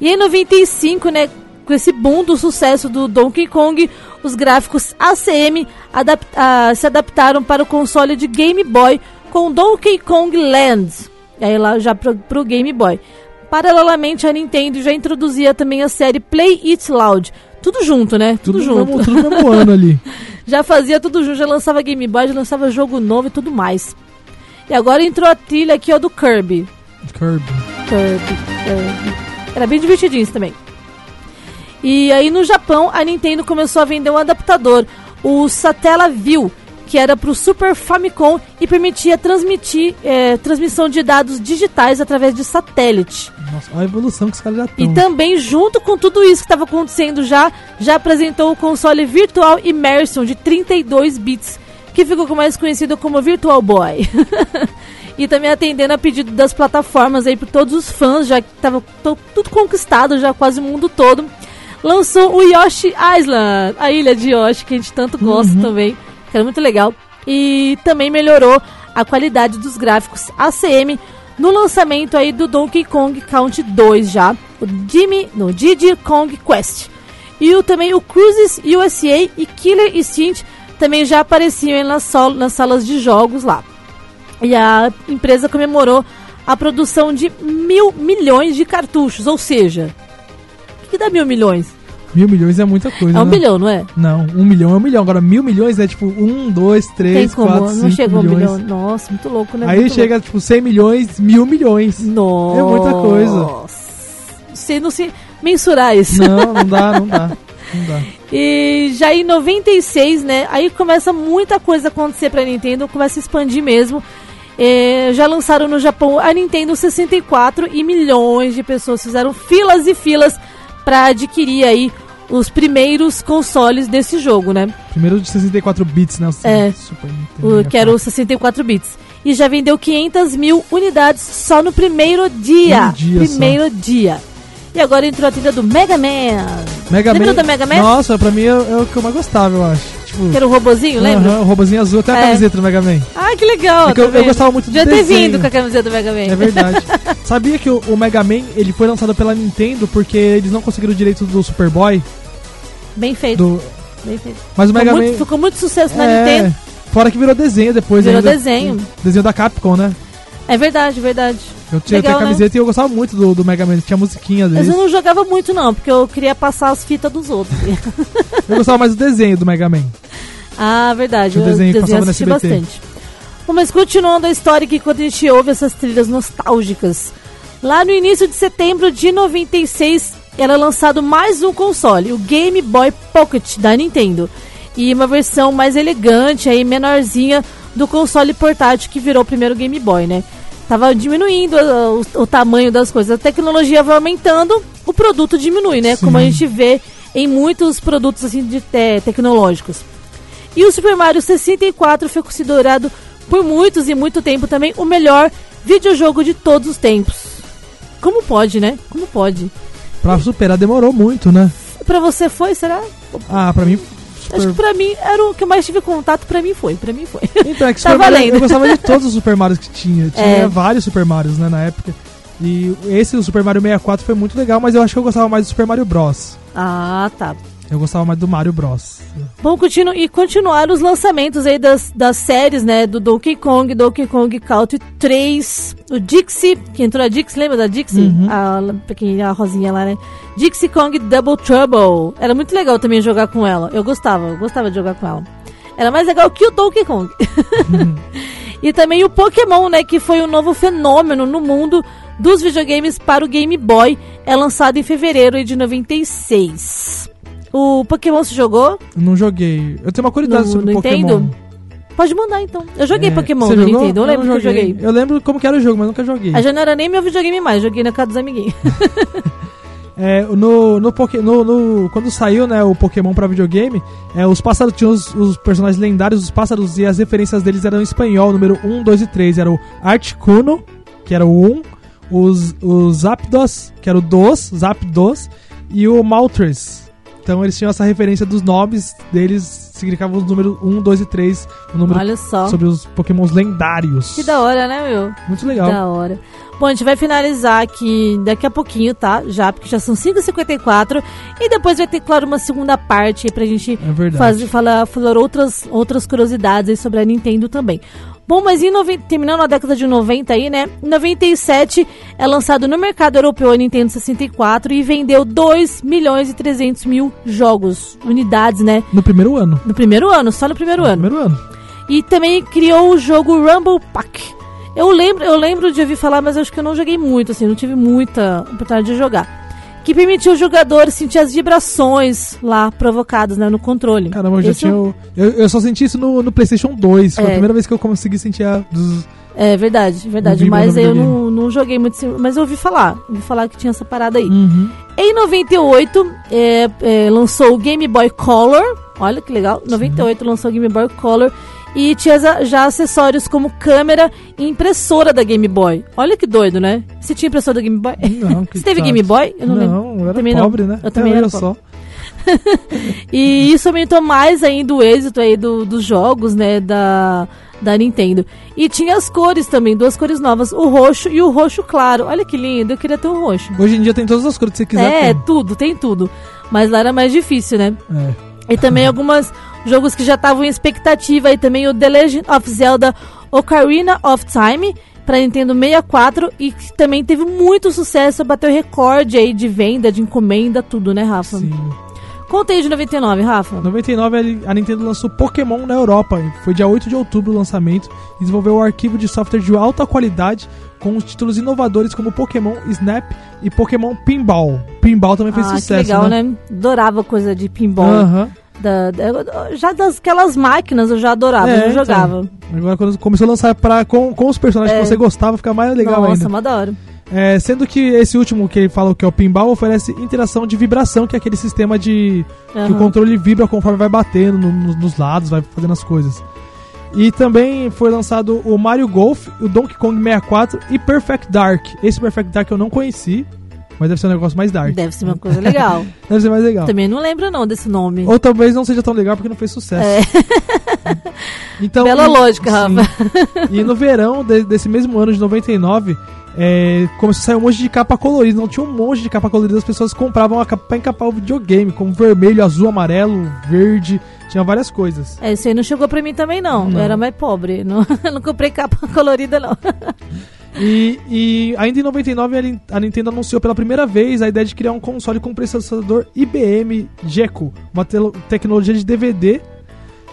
S5: e em 95, né, com esse boom do sucesso do Donkey Kong, os gráficos ACM adap- ah, se adaptaram para o console de Game Boy com Donkey Kong Land. E aí lá já pro, pro Game Boy. Paralelamente, a Nintendo já introduzia também a série Play It Loud. Tudo junto, né? Tudo,
S6: tudo,
S5: junto.
S6: Mesmo, tudo no mesmo ano ali.
S5: Já fazia tudo junto, já lançava Game Boy, já lançava jogo novo e tudo mais. E agora entrou a trilha aqui, ó, do Kirby.
S6: Kirby.
S5: Kirby, Kirby. Era bem divertidinho isso também. E aí no Japão, a Nintendo começou a vender um adaptador, o Satellaview, que era pro Super Famicom e permitia transmitir eh, transmissão de dados digitais através de satélite.
S6: Nossa, olha a evolução que os caras já
S5: E
S6: estão.
S5: também, junto com tudo isso que estava acontecendo já, já apresentou o console Virtual Immersion de 32 bits, que ficou mais conhecido como Virtual Boy. e também atendendo a pedido das plataformas aí por todos os fãs, já que estava to- tudo conquistado, já quase o mundo todo. Lançou o Yoshi Island, a ilha de Yoshi, que a gente tanto gosta também, que era muito legal. E também melhorou a qualidade dos gráficos ACM no lançamento aí do Donkey Kong Count 2 já, o Jimmy, no Diddy Kong Quest. E o, também o Cruises USA e Killer Instinct também já apareciam aí nas, sol- nas salas de jogos lá. E a empresa comemorou a produção de mil milhões de cartuchos, ou seja, o que dá mil milhões?
S6: Mil milhões é muita coisa.
S5: É um
S6: né?
S5: bilhão, não é?
S6: Não, um milhão é um milhão. Agora, mil milhões é tipo um, dois,
S5: Tem
S6: três,
S5: como,
S6: quatro, cinco
S5: não chegou a um
S6: milhões.
S5: bilhão. Nossa, muito louco, né?
S6: Aí
S5: Muito
S6: chega tipo 100 milhões, mil milhões.
S5: Louco.
S6: É muita coisa.
S5: Nossa. Você não se mensurar isso.
S6: Não, não dá, não dá. Não dá.
S5: E já em 96, né? Aí começa muita coisa a acontecer pra Nintendo, começa a expandir mesmo. É, já lançaram no Japão a Nintendo 64 e milhões de pessoas fizeram filas e filas pra adquirir aí os primeiros consoles desse jogo, né?
S6: Primeiro de 64 bits, né? o
S5: É.
S6: Super Nintendo.
S5: O, que era o 64 bits. E já vendeu 500 mil unidades só no primeiro dia.
S6: Um dia só.
S5: primeiro dia. E agora entrou a trilha do Mega Man.
S6: Mega
S5: Lembra
S6: Man.
S5: do Mega Man?
S6: Nossa, pra mim é, é o que eu mais gostava, eu acho. Tipo,
S5: Que era o robozinho, lembra?
S6: aham, o robozinho azul, até a
S5: É.
S6: camiseta do Mega Man.
S5: Ah, que legal.
S6: É que eu-
S5: tá
S6: eu
S5: vendo?
S6: gostava muito do
S5: Devia ter
S6: desenho.
S5: vindo com a camiseta do Mega Man.
S6: É verdade. Sabia que o, o Mega Man ele foi lançado pela Nintendo porque eles não conseguiram o direito do Superboy?
S5: Bem feito,
S6: Do...
S5: bem feito.
S6: Mas o
S5: Ficou
S6: Mega
S5: muito,
S6: Man.
S5: ficou muito sucesso na
S6: é,
S5: Nintendo.
S6: Fora que virou desenho depois
S5: Virou
S6: ainda.
S5: desenho.
S6: Desenho da Capcom, né?
S5: É verdade, verdade.
S6: Eu tinha
S5: Legal,
S6: até a
S5: né?
S6: camiseta e eu gostava muito do, do Mega Man, tinha musiquinha
S5: Mas
S6: dele.
S5: eu não jogava muito não, porque eu queria passar as fitas dos outros.
S6: Eu gostava mais do desenho do Mega Man.
S5: ah, verdade.
S6: O
S5: Eu
S6: um desenho
S5: desenho
S6: que passava no
S5: assisti
S6: SBT.
S5: bastante. Bom, mas continuando a história que quando a gente ouve essas trilhas nostálgicas. Lá no início de setembro de 96, era lançado mais um console, o Game Boy Pocket da Nintendo. E uma versão mais elegante, aí menorzinha, do console portátil que virou o primeiro Game Boy, né? Tava diminuindo uh, o, o tamanho das coisas. A tecnologia vai aumentando, o produto diminui, né? Como a gente vê em muitos produtos assim, de, eh, tecnológicos. E o Super Mario 64 foi considerado por muitos e muito tempo também o melhor videojogo de todos os tempos. Como pode, né? Como pode?
S6: Pra superar demorou muito, né?
S5: Pra você foi, será?
S6: Ah, pra mim.
S5: Acho que
S6: Super...
S5: pra mim era o que eu mais tive contato, pra mim foi, pra mim foi.
S6: Então, é que
S5: Tá
S6: Super Mario,
S5: valendo.
S6: eu gostava de todos os Super Marios que tinha. Tinha
S5: É.
S6: vários Super Marios, né, na época. E esse, o Super Mario 64, foi muito legal, mas eu acho que eu gostava mais do Super Mario Bros.
S5: Ah, tá.
S6: Eu gostava mais do Mario Bros.
S5: Bom, continu e continuar os lançamentos aí das, das séries, né? Do Donkey Kong, Donkey Kong Country 3, o Dixie, que entrou a Dixie, lembra da Dixie? A, la- pequenininha, a rosinha lá, né? Dixie Kong Double Trouble. Era muito legal também jogar com ela. Eu gostava, eu gostava de jogar com ela. Era mais legal que o Donkey Kong. E também o Pokémon, né, que foi um novo fenômeno no mundo dos videogames para o Game Boy. É lançado em fevereiro aí de 96. O Pokémon se
S6: Eu
S5: jogou?
S6: não joguei. Eu tenho uma curiosidade
S5: No-
S6: sobre
S5: no
S6: Pokémon.
S5: Nintendo? Pode mandar então. Eu joguei
S6: É,
S5: Pokémon
S6: você
S5: no
S6: jogou?
S5: Nintendo, eu
S6: não
S5: lembro que eu joguei.
S6: Eu lembro como que era o jogo, mas nunca joguei.
S5: A já não era nem meu videogame mais, joguei na casa dos amiguinhos.
S6: É, no, no, Poké- no- no- quando saiu né, o Pokémon pra videogame, é, os pássaros tinham os, os personagens lendários, os pássaros, e as referências deles eram em espanhol, número 1, 2 e 3. Era o Articuno, que era o 1, os, os Zapdos, que era o 2, Zapdos, e o Maltres. Então eles tinham essa referência dos nomes deles, significavam os números 1, 2 e 3, o número
S5: Olha só.
S6: sobre os pokémons lendários.
S5: Que da hora, né, meu?
S6: Muito legal.
S5: Da hora. Bom, a gente vai finalizar aqui daqui a pouquinho, tá? Já, porque já são 5h54. E depois vai ter, claro, uma segunda parte aí pra gente
S6: É verdade.
S5: fazer, falar, falar outras, outras curiosidades aí sobre a Nintendo também. Bom, mas em noven- terminando a década de 90 aí, né? Em 97 é lançado no mercado europeu a Nintendo 64 e vendeu 2 milhões e 300 mil jogos, unidades, né?
S6: No primeiro ano.
S5: No primeiro ano, só no primeiro ano
S6: Primeiro ano.
S5: e também criou o jogo Rumble Pack. Eu lembro, eu lembro de ouvir falar, mas eu acho que eu não joguei muito, assim, não tive muita oportunidade de jogar. Que permitiu o jogador sentir as vibrações lá provocadas, né, no controle.
S6: Caramba, eu já
S5: Esse
S6: tinha.
S5: é um-
S6: o- Eu, eu só senti isso no, no PlayStation 2. Foi
S5: É.
S6: a primeira vez que eu consegui sentir a. zzz.
S5: É verdade, verdade.
S6: Não vi,
S5: Mas
S6: mas não
S5: eu
S6: joguei.
S5: não, não joguei muito, assim, mas eu ouvi falar, ouvi falar que tinha essa parada aí.
S6: Uhum.
S5: Em 98, é, é, lançou o Game Boy Color. Olha que legal. 98 lançou o Game Boy Color. E tinha za- já acessórios como câmera e impressora da Game Boy. Olha que doido, né? Você tinha impressora da Game Boy?
S6: Não, que
S5: Você teve
S6: chato.
S5: Game Boy? Eu não,
S6: Não,
S5: lembro.
S6: eu era
S5: Também não.
S6: pobre, né?
S5: Eu também era
S6: eu só.
S5: E isso aumentou mais ainda o êxito aí do, dos jogos, né, da, da Nintendo. E tinha as cores também, duas cores novas, o roxo e o roxo claro. Olha que lindo, eu queria ter um roxo.
S6: Hoje em dia tem todas as cores que você quiser.
S5: É,
S6: tem.
S5: tudo, tem tudo. Mas lá era mais difícil, né?
S6: É.
S5: E também alguns jogos que já estavam em expectativa aí também, o The Legend of Zelda Ocarina of Time para Nintendo 64 e que também teve muito sucesso, bateu recorde aí de venda, de encomenda, tudo, né, Rafa?
S6: Sim.
S5: Conta aí de 99, Rafa.
S6: 99 ele- a Nintendo lançou Pokémon na Europa. Foi dia 8 de outubro o lançamento. E desenvolveu um arquivo de software de alta qualidade com os títulos inovadores como Pokémon Snap e Pokémon Pinball. Pinball também fez
S5: ah,
S6: sucesso,
S5: que legal,
S6: né?
S5: né? Adorava coisa de pinball.
S6: Aham.
S5: Da- da- já das aquelas máquinas eu já adorava,
S6: É,
S5: eu
S6: então.
S5: jogava.
S6: Agora quando começou a lançar pra, com, com os personagens que você gostava, fica mais legal
S5: É. Nossa,
S6: ainda.
S5: uma da hora.
S6: É, sendo que esse último que ele falou que é o pinball oferece interação de vibração, que é aquele sistema de que
S5: Aham.
S6: o controle vibra conforme vai batendo no- no- nos lados, vai fazendo as coisas. E também foi lançado o Mario Golf, o Donkey Kong 64 e Perfect Dark. Esse Perfect Dark eu não conheci, mas deve ser um negócio mais dark.
S5: Deve ser uma coisa legal.
S6: Deve ser mais legal.
S5: Também não lembro não desse nome.
S6: Ou talvez não seja tão legal porque não fez sucesso. então,
S5: É. Bela
S6: e-
S5: lógica, Rafa.
S6: E no verão de- desse mesmo ano de 99, é, começou a sair um monte de capa colorida. Não tinha um monte de capa colorida, as pessoas compravam a capa pra encapar o videogame, como vermelho, azul, amarelo, verde, tinha várias coisas.
S5: É, isso aí não chegou pra mim também não. Eu era mais pobre, não, não comprei capa colorida não.
S6: Né? E, e ainda em 99 a Nin- a Nintendo anunciou pela primeira vez a ideia de criar um console com processador IBM GECO, uma telo- tecnologia de DVD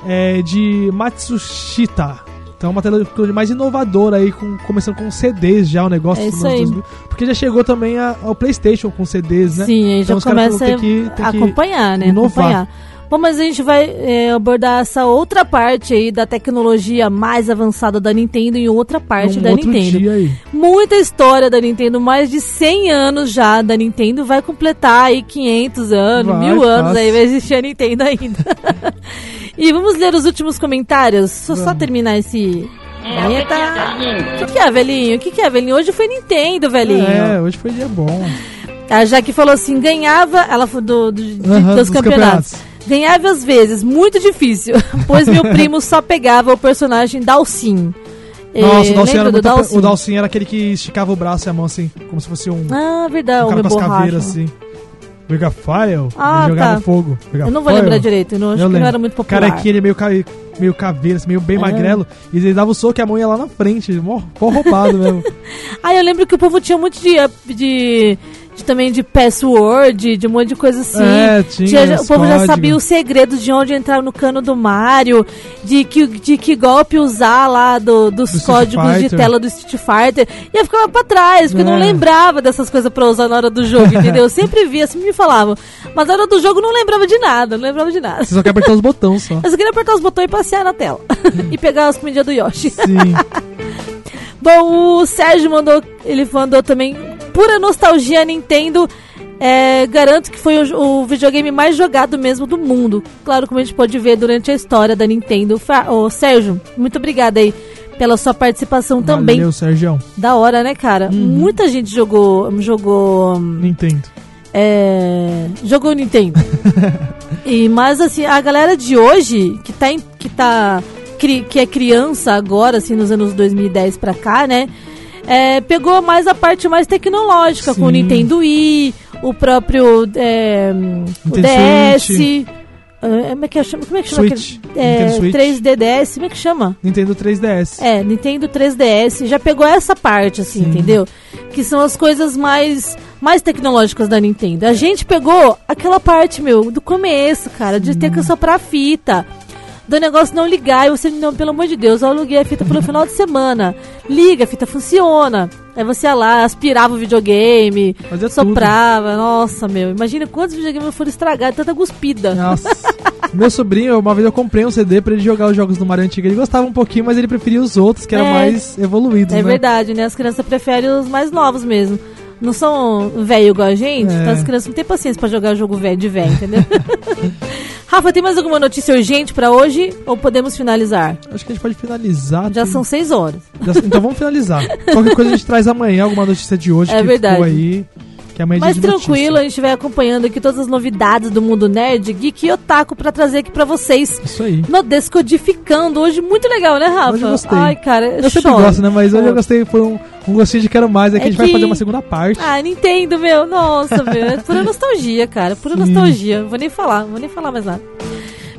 S6: é, de Matsushita. Então uma tecnologia mais inovadora aí, com- começando com CDs já o negócio.
S5: É
S6: dos
S5: isso
S6: anos
S5: aí.
S6: 2000, porque já chegou também a- ao PlayStation com CDs, né?
S5: Sim, aí
S6: Então os
S5: já
S6: caras
S5: começa
S6: falaram, tem que- tem
S5: a
S6: que
S5: acompanhar, né?
S6: inovar.
S5: Acompanhar. Bom, mas a gente vai é, abordar essa outra parte aí da tecnologia mais avançada da Nintendo e outra parte
S6: Num
S5: da
S6: um outro
S5: Nintendo.
S6: dia aí.
S5: Muita história da Nintendo, mais de 100 anos já da Nintendo, vai completar aí 500 anos,
S6: Vai,
S5: mil anos
S6: fácil.
S5: aí, vai existir a Nintendo ainda. e vamos ler os últimos comentários, só, só terminar esse...
S8: É o que
S5: Eita.
S8: tinha da
S5: O
S8: Link.
S5: que, que é, velhinho? O que, que é, velhinho? Hoje foi Nintendo, velhinho.
S6: É, hoje foi dia bom.
S5: A Jaque falou assim: ganhava, ela foi do, do- de-
S6: Aham, dos
S5: dos campeonatos.
S6: campeonatos.
S5: Ganhava às vezes, muito difícil, pois meu primo só pegava o personagem Dalsin. Eh,
S6: Nossa, o Dalsin
S5: lembra
S6: era
S5: do
S6: muito ape-
S5: Dalsin?
S6: O Dalsin era aquele que esticava o braço e a mão assim, como se fosse um.
S5: Ah, verdade,
S6: um
S5: o
S6: cara
S5: meu
S6: com as
S5: borracha.
S6: caveiras assim. Pega fire,
S5: Ah,
S6: ele jogava
S5: tá.
S6: fogo. Pega
S5: Eu não vou
S6: fire.
S5: lembrar direito, eu não, acho que não
S6: um- lembro.
S5: era muito popular.
S6: Carequinha, ele é meio, ca... meio caveira, assim, meio bem
S5: É.
S6: magrelo. E ele dava o soco e a mão ia lá na frente, mó, mó roubado mesmo.
S5: Ah, eu lembro que o povo tinha um monte de. up- de, de também de password, de, um monte de coisa assim.
S6: É, tinha
S5: já- o
S6: os
S5: povo já
S6: códigos.
S5: sabia os segredos de onde entrar no cano do Mario, de que, de que golpe usar lá do- dos
S6: Street
S5: códigos de
S6: Fighter.
S5: tela do Street Fighter. E eu ficava pra trás, porque eu não
S6: É.
S5: lembrava dessas coisas pra usar na hora do jogo, entendeu? Eu sempre via, sempre me falavam. Mas na hora do jogo eu não lembrava de nada, não lembrava de nada.
S6: Você só quer apertar os botões só.
S5: Eu só queria apertar os botões e passear na tela. e pegar as comidinhas do Yoshi.
S6: Sim.
S5: Bom, o Sérgio mandou, ele mandou também pura nostalgia Nintendo. É, garanto que foi o, o videogame mais jogado mesmo do mundo. Claro, como a gente pode ver durante a história da Nintendo. Fa- Ô, Sérgio, muito obrigada aí pela sua participação também.
S6: Valeu, Sérgio.
S5: Da hora, né, cara? Muita gente jogou, jogou hum,
S6: Nintendo.
S5: é, jogou Nintendo. e mas assim, a galera de hoje que tá em- que tá cri- que é criança agora assim nos anos 2010 pra cá, né? é, pegou mais a parte mais tecnológica com o
S6: Sim.
S5: Nintendo Wii, o próprio é, o
S6: Nintendo
S5: DS,
S6: Switch.
S5: é, como é que chama? Como é que chama
S6: Switch.
S5: aquele? É,
S6: Nintendo Switch.
S5: 3DDS, como é que chama?
S6: Nintendo 3DS.
S5: É, Nintendo 3DS já pegou essa parte, assim, entendeu? Que são as coisas mais, mais tecnológicas da Nintendo. A gente pegou aquela parte, meu, do começo, cara, de ter que soprar a fita. do negócio não ligar. E você, não, pelo amor de Deus, eu aluguei a fita pelo final de semana. Liga, a fita funciona. Aí você ia lá, aspirava o videogame,
S6: Fazia
S5: soprava. Nossa, meu, imagina quantos videogames foram estragados, tanta cuspida.
S6: Nossa. Meu sobrinho, uma vez eu comprei um CD pra ele jogar os jogos do Mario Antigo. Ele gostava um pouquinho, mas ele preferia os outros, que eram
S5: É.
S6: mais evoluídos,
S5: É
S6: né?
S5: verdade, né? As crianças preferem os mais novos mesmo. Não são velho igual a gente,
S6: É.
S5: então as crianças não têm paciência pra jogar jogo velho de velho, entendeu? Rafa, tem mais alguma notícia urgente pra hoje ou podemos finalizar?
S6: Acho que a gente pode finalizar.
S5: Já
S6: tudo.
S5: são seis horas.
S6: Já- Então vamos finalizar. Qualquer coisa a gente traz amanhã, alguma notícia de hoje
S5: É
S6: que
S5: verdade.
S6: ficou aí. Que amanhã é
S5: Mas
S6: dia de
S5: tranquilo, a
S6: notícia.
S5: gente vai acompanhando aqui todas as novidades do mundo nerd, geek e otaku pra trazer aqui pra vocês.
S6: Isso aí.
S5: No Descodificando, hoje muito legal, né, Rafa?
S6: Hoje eu gostei.
S5: Ai, cara,
S6: Eu sempre
S5: choro.
S6: gosto, né? Mas hoje eu
S5: Choro.
S6: gostei, foi um, um gostinho de quero mais. É que
S5: É
S6: a gente vai
S5: que-
S6: fazer uma segunda parte.
S5: Ah, Nintendo, meu, nossa, meu. É pura nostalgia, cara. Pura
S6: Sim.
S5: nostalgia. Vou nem falar, vou nem falar mais nada.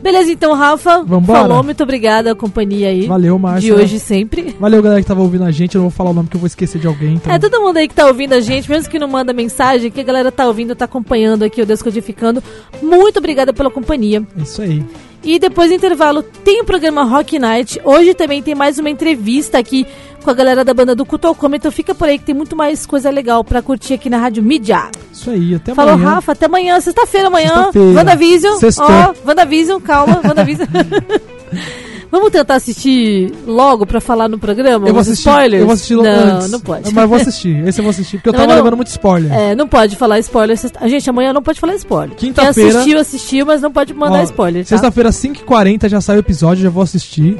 S5: Beleza, então, Rafa.
S6: Vambora.
S5: Falou, muito obrigada a companhia aí.
S6: Valeu, Márcia.
S5: De hoje e sempre.
S6: Valeu, galera que tava ouvindo a gente. Eu não vou falar o nome que eu vou esquecer de alguém. Então...
S5: É, todo mundo aí que tá ouvindo a gente, mesmo que não manda mensagem, que a galera tá ouvindo, tá acompanhando aqui o Descodificando. Muito obrigada pela companhia.
S6: É Isso aí.
S5: E depois do intervalo tem o programa Rock Night. Hoje também tem mais uma entrevista aqui com a galera da banda do Cutocoma. Então fica por aí que tem muito mais coisa legal pra curtir aqui na Rádio Mídia.
S6: Isso aí. Até
S5: Falou,
S6: amanhã.
S5: Rafa, até amanhã, sexta-feira amanhã.
S6: Uhum. Sexta-feira.
S5: WandaVision.
S6: Sextou.
S5: Ó, WandaVision, calma, WandaVision. Vamos tentar assistir logo pra falar no programa?
S6: Eu vou
S5: os
S6: assistir.
S5: spoilers?
S6: Eu vou assistir logo
S5: Não,
S6: antes.
S5: não pode.
S6: Mas eu vou assistir. Esse eu vou assistir, porque eu
S5: Não,
S6: tava
S5: não.
S6: levando muito spoiler.
S5: É, não pode falar spoiler. sexta- Gente, amanhã não pode falar spoiler. Quem
S6: Quinta-feira-
S5: assistiu, assistiu, mas não pode
S6: Ó,
S5: mandar spoiler, tá?
S6: Sexta-feira, 5h40, já sai o episódio, já vou assistir.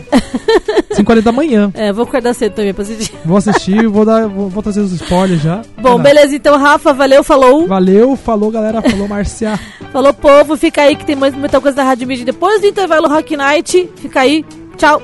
S6: 5h40 da manhã.
S5: É, vou acordar cedo também pra assistir.
S6: Vou assistir, vou, dar, vou, vou trazer os spoilers já.
S5: Bom,
S6: Vai lá.
S5: beleza. Então, Rafa, valeu, falou.
S6: Valeu, falou galera, falou Marcia.
S5: Falou, povo. Fica aí que tem mais- muita coisa da Rádio Mídia. Depois do intervalo Rock Night, fica aí. Tchau.